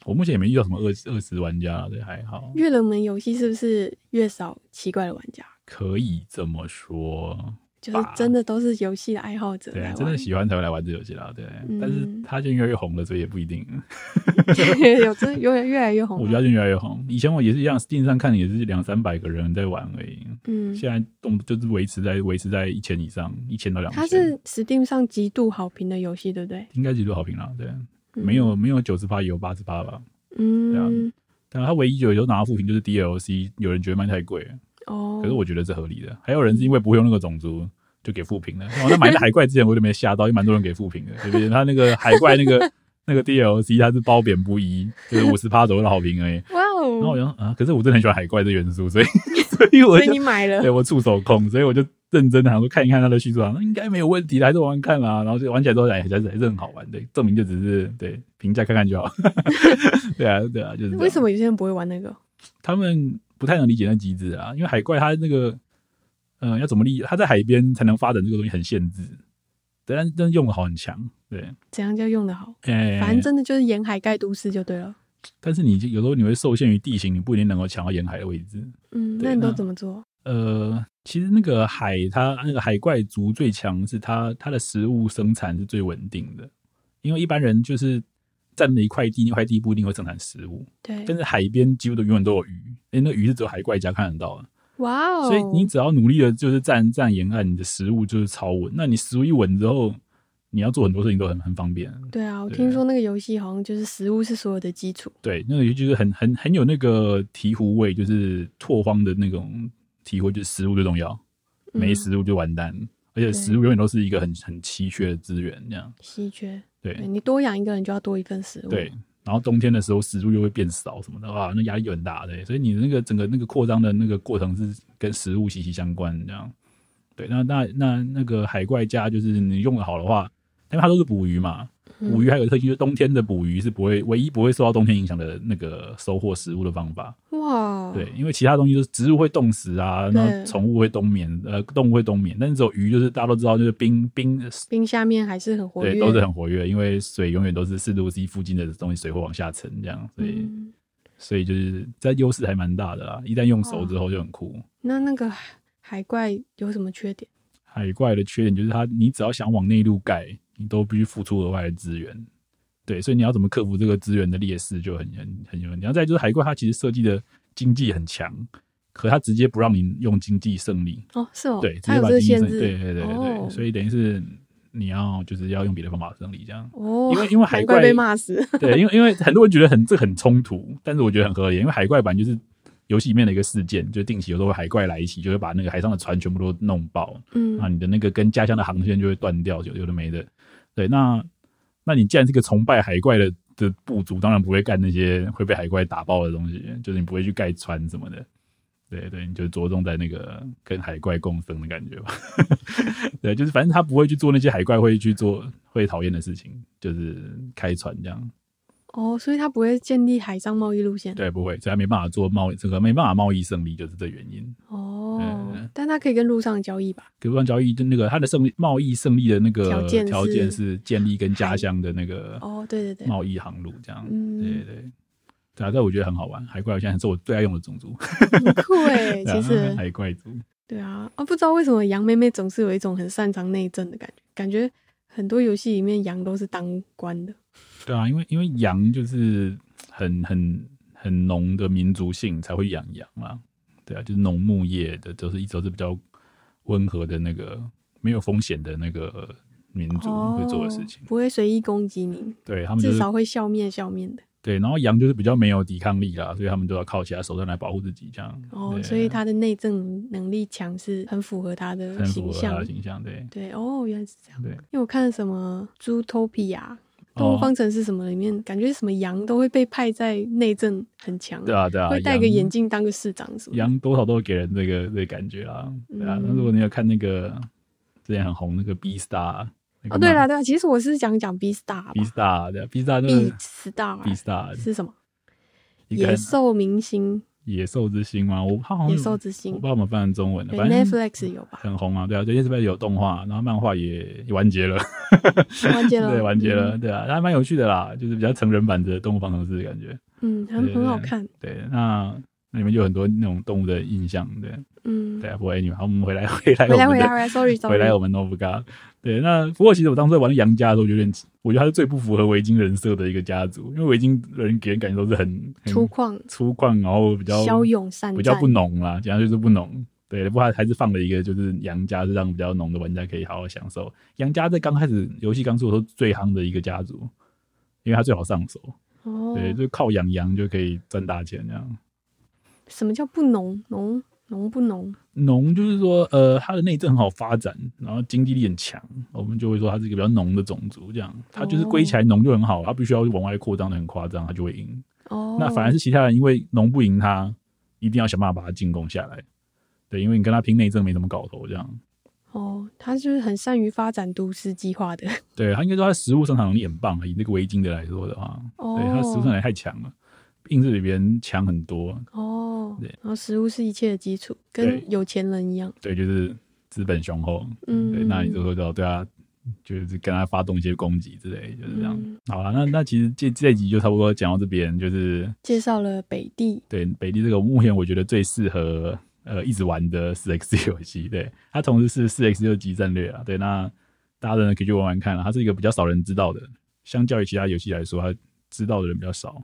Speaker 2: 我目前也没遇到什么二二十玩家，对，还好，
Speaker 1: 越冷门游戏是不是越少奇怪的玩家？
Speaker 2: 可以这么说。
Speaker 1: 就是真的都是游戏的爱好者
Speaker 2: 对啊
Speaker 1: 来，
Speaker 2: 真
Speaker 1: 玩
Speaker 2: 的，喜欢才会来玩这游戏啦，对。
Speaker 1: 嗯
Speaker 2: 但是它就越来越红了，所以也不一定。
Speaker 1: 有真越越来越红
Speaker 2: 我
Speaker 1: 了。
Speaker 2: 觉得它就越来越红。以前我也是一样，Steam 上看也是两三百个人在玩而已，
Speaker 1: 嗯，
Speaker 2: 现在动就是维持在维持在一千以上，一千到两千。
Speaker 1: 它是 Steam 上极度好评的游戏，对不对？
Speaker 2: 应该极度好评啦，对。
Speaker 1: 嗯
Speaker 2: 没，有啊没有九十八也有八十八吧，
Speaker 1: 嗯，
Speaker 2: 但它唯一有有拿到负评就是 DLC，有人觉得卖太贵，
Speaker 1: 哦，
Speaker 2: 可是我觉得是合理的。还有人是因为不会用那个种族就给负评了。然后他买那海怪之前我就没吓到，因为蛮多人给负评的，对不对？他那个海怪 那个那个 DLC 它是褒贬不一，就是五十趴左右的好评而已。
Speaker 1: 哇
Speaker 2: 然后我
Speaker 1: 哦，
Speaker 2: 就想啊，可是我真的很喜欢海怪的元 素，所以所以我
Speaker 1: 所以
Speaker 2: 就
Speaker 1: 你买
Speaker 2: 对
Speaker 1: 了，
Speaker 2: 我触手控，所以我就认真的想说看一看它的叙述，啊，应该没有问题啦，还是玩玩看啦。然后就玩起来之后，哎，还是还是很好玩的，证明就只是对评价看看就好。 对啊，对啊，就是这样
Speaker 1: 为什么有些人不会玩那个？
Speaker 2: 他们不太能理解那机制啊？因为海怪它那个，呃，要怎么理？它在海边才能发展这个东西很限制，对但但用的好很强，对，
Speaker 1: 怎样叫用的好？
Speaker 2: 哎、
Speaker 1: 反正真的就是沿海盖都市就对了。
Speaker 2: 但是你就有时候你会受限于地形，你不一定能够抢到沿海的位置。
Speaker 1: 嗯，
Speaker 2: 对
Speaker 1: 那
Speaker 2: 啊
Speaker 1: 你都
Speaker 2: 那
Speaker 1: 怎么做？
Speaker 2: 呃，其实那个海，它那个海怪族最强是它它的食物生产是最稳定的，因为一般人就是占了一块地，那块地不一定会生产食物，
Speaker 1: 对，
Speaker 2: 但是海边几乎都永远都有鱼，因为那鱼是只有海怪家看得到的，
Speaker 1: 哇哦，
Speaker 2: 所以你只要努力的就是站站沿岸，你的食物就是超稳。那你食物一稳之后，你要做很多事情都很很方便。
Speaker 1: 对啊，我
Speaker 2: 对
Speaker 1: 听说那个游戏好像就是食物是所有的基础。
Speaker 2: 对，那个就是很很很有那个醍醐味，就是拓荒的那种体会，就是食物最重要。
Speaker 1: 嗯
Speaker 2: 没食物就完蛋，而且食物永远都是一个很很稀缺的资源，这样
Speaker 1: 稀缺，
Speaker 2: 对
Speaker 1: 对你多养一个人就要多一份食物。
Speaker 2: 对，。然后冬天的时候食物又会变少什么的，哇，那压力就很大对，所以你的那个整个那个扩张的那个过程是跟食物息息相关，这样对。那那那那个海怪家就是你用的好的话，因为它都是捕鱼嘛，
Speaker 1: 嗯
Speaker 2: 捕鱼还有一个特性就是冬天的捕鱼是不会唯一不会受到冬天影响的那个收获食物的方法。
Speaker 1: 哇，
Speaker 2: 对，，因为其他东西就是植物会冻死啊，
Speaker 1: 哦对
Speaker 2: 那宠物会冬眠，呃，动物会冬眠，但是只有鱼就是大家都知道，就是冰冰，
Speaker 1: 冰下面还是很活跃，
Speaker 2: 对，都是很活跃，因为水永远都是四度 C 附近的东西，水会往下沉，这样，所以、
Speaker 1: 嗯
Speaker 2: 所以就是在优势还蛮大的啦，一旦用熟之后就很酷。
Speaker 1: 那那个海怪有什么缺点？
Speaker 2: 海怪的缺点就是它，你只要想往内陆盖，你都必须付出额外的资源。对，所以你要怎么克服这个资源的劣势就很很很有问题。然后再就是海怪，它其实设计的经济很强，可它直接不让你用经济胜利，
Speaker 1: 哦，是哦，
Speaker 2: 对，直
Speaker 1: 它
Speaker 2: 接
Speaker 1: 有
Speaker 2: 把
Speaker 1: 这
Speaker 2: 经
Speaker 1: 个限
Speaker 2: 济胜
Speaker 1: 制，
Speaker 2: 利，对对对对对，
Speaker 1: 哦
Speaker 2: 所以等于是你要就是要用别的方法胜利这样。
Speaker 1: 哦，
Speaker 2: 因为因为海
Speaker 1: 难
Speaker 2: 怪
Speaker 1: 怪被骂死，
Speaker 2: 对，因为因为很多人觉得很这很冲突，但是我觉得很合理，因为海怪版就是游戏里面的一个事件，就定期有时候海怪来袭，就会把那个海上的船全部都弄爆，
Speaker 1: 嗯
Speaker 2: 那你的那个跟家乡的航线就会断掉，有有的没的。对，那那你既然是个崇拜海怪的的部族，当然不会干那些会被海怪打爆的东西，就是你不会去盖船什么的。对对，你就着重在那个跟海怪共生的感觉吧。 对，就是反正他不会去做那些海怪会去做会讨厌的事情，就是开船这样。
Speaker 1: 哦，所以它不会建立海上贸易路线，
Speaker 2: 对，不会，所以他没办法做贸易，这个没办法贸易胜利，就是这原因。
Speaker 1: 哦
Speaker 2: 嗯，
Speaker 1: 但它可以跟路上交易吧？
Speaker 2: 隔断交易就那个他的胜利贸易胜利的那个
Speaker 1: 条件是
Speaker 2: 条件是建立跟家乡的那个
Speaker 1: 哦，对对对，
Speaker 2: 贸易航路这样。
Speaker 1: 嗯
Speaker 2: 对对对啊，这我觉得很好玩。海怪现在是我最爱用的种族，
Speaker 1: 很 酷哎，
Speaker 2: 对啊
Speaker 1: 其实
Speaker 2: 海怪族
Speaker 1: 对啊，啊，不知道为什么羊妹妹总是有一种很擅长内政的感觉，感觉很多游戏里面羊都是当官的。
Speaker 2: 对啊，因为因为羊就是很很很浓的民族性才会养羊嘛，对啊，就是农牧业的都是一直都是比较温和的那个没有风险的那个民族会做的事情。
Speaker 1: 哦不会随意攻击你，
Speaker 2: 对他们就
Speaker 1: 至
Speaker 2: 是
Speaker 1: 少会笑面笑面的。
Speaker 2: 对，然后羊就是比较没有抵抗力啦，所以他们都要靠其他手段来保护自己，这样。
Speaker 1: 哦
Speaker 2: 对，
Speaker 1: 所以他的内政能力强是很符合他的
Speaker 2: 很符
Speaker 1: 形
Speaker 2: 合他
Speaker 1: 象
Speaker 2: 的。形象，对
Speaker 1: 对，哦，原来是这样。
Speaker 2: 对。
Speaker 1: 因为我看什么《猪托比亚》《动
Speaker 2: 哦
Speaker 1: 物方程式》什么里面，感觉什么羊都会被派在内政很强，
Speaker 2: 对啊，对啊，
Speaker 1: 会戴个
Speaker 2: 羊
Speaker 1: 眼镜当个市长什么的。
Speaker 2: 羊多少都会给人这个这个感觉啊，对啊。那、
Speaker 1: 嗯
Speaker 2: 如果你有看那个之前很红那个 B Star，那个
Speaker 1: 哦，对
Speaker 2: 漫
Speaker 1: 啦，对啦，其实我是想讲 B star 吧
Speaker 2: B Star 的 B Star 就
Speaker 1: ，B
Speaker 2: 是
Speaker 1: star
Speaker 2: B Star
Speaker 1: 是什么？
Speaker 2: 一个
Speaker 1: 野
Speaker 2: 很
Speaker 1: 兽明星，
Speaker 2: 野兽之心吗？我好像
Speaker 1: 野兽之心
Speaker 2: 我不知道怎么翻成中文的，
Speaker 1: 对
Speaker 2: 反正
Speaker 1: ，Netflix 有吧？
Speaker 2: 很红啊，对啊，对，这边有动画，然后漫画也也完结了，
Speaker 1: 完结了，
Speaker 2: 对，完结了，
Speaker 1: 嗯。
Speaker 2: 对啊，还蛮有趣的啦，就是比较成人版的《动物方程式》的感觉。
Speaker 1: 嗯，
Speaker 2: 对
Speaker 1: 很很好看。
Speaker 2: 对，那那里面就有很多那种动物的印象，对，
Speaker 1: 嗯，
Speaker 2: 对啊。不过 anyway，好，我们回来 回来
Speaker 1: 回来
Speaker 2: 我
Speaker 1: 回
Speaker 2: 们的
Speaker 1: 来回来，sorry sorry，
Speaker 2: 回来我们 Novga。对，那不过其实我当时在玩杨家的时候，我觉得有点我觉得他是最不符合维京人设的一个家族，因为维京人给人感觉都是很很
Speaker 1: 粗犷、
Speaker 2: 粗犷，然后比较
Speaker 1: 骁勇善
Speaker 2: 比较
Speaker 1: 战
Speaker 2: 不。浓啦，讲就是不浓。对，不过还还是放了一个就是杨家，是让比较浓的玩家可以好好享受。杨家在刚开始游戏刚出的时候最夯的一个家族，因为它最好上手，
Speaker 1: 哦，
Speaker 2: 对，就靠养羊就可以赚大钱这样。
Speaker 1: 什么叫不浓？浓浓不浓？
Speaker 2: 农就是说，呃，它的内政很好发展，然后经济力很强，我们就会说它是一个比较农的种族。这样，它就是
Speaker 1: 哦
Speaker 2: 归起来农就很好，它必须要往外扩张的很夸张，它就会赢。
Speaker 1: 哦，
Speaker 2: 那反而是其他人，因为农不赢他，一定要想办法把他进攻下来。对，因为你跟他拼内政没什么搞头，这样。
Speaker 1: 哦，他就是很善于发展都市计划的。
Speaker 2: 对他应该说他的食物生产能力很棒，以那个维京的来说的话，
Speaker 1: 哦，
Speaker 2: 对他的食物生产能力太强了，硬是比别人强很多。
Speaker 1: 哦，
Speaker 2: 对
Speaker 1: 然后食物是一切的基础，
Speaker 2: 对
Speaker 1: 跟有钱人一样。
Speaker 2: 对，就是资本雄厚。
Speaker 1: 嗯，
Speaker 2: 对，那你就会到对啊，就是跟他发动一些攻击之类，就是这样。
Speaker 1: 嗯
Speaker 2: 好了，那那其实这这一集就差不多讲到这边，就是
Speaker 1: 介绍了北地，
Speaker 2: 对北地这个目前我觉得最适合呃一直玩的四 X 游戏，对它同时是四 X 六级战略啊，对，那大家呢可以去玩玩看啊，它是一个比较少人知道的，相较于其他游戏来说，它知道的人比较少，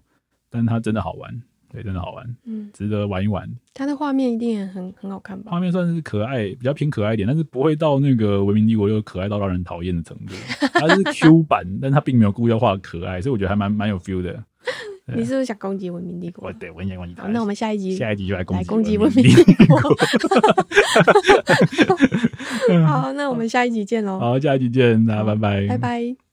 Speaker 2: 但它真的好玩，对，真的好玩，
Speaker 1: 嗯，
Speaker 2: 值得玩一玩。
Speaker 1: 它的画面一定也很很好看吧？
Speaker 2: 画面算是可爱，比较偏可爱一点，但是不会到那个《文明帝国》又可爱到让人讨厌的程度。它是 Q 版，但它并没有故意要画可爱，所以我觉得还蛮蛮有 feel 的。对啊
Speaker 1: 你是不是想攻击文明帝国
Speaker 2: 我？对，我也忘记
Speaker 1: 好，那我们下一集
Speaker 2: 下一集就来攻
Speaker 1: 来
Speaker 2: 击
Speaker 1: 攻击文
Speaker 2: 文
Speaker 1: 明
Speaker 2: 帝
Speaker 1: 帝国。 好，那我们下一集见喽，
Speaker 2: 哦好，下一集见，大家拜拜，
Speaker 1: 拜拜。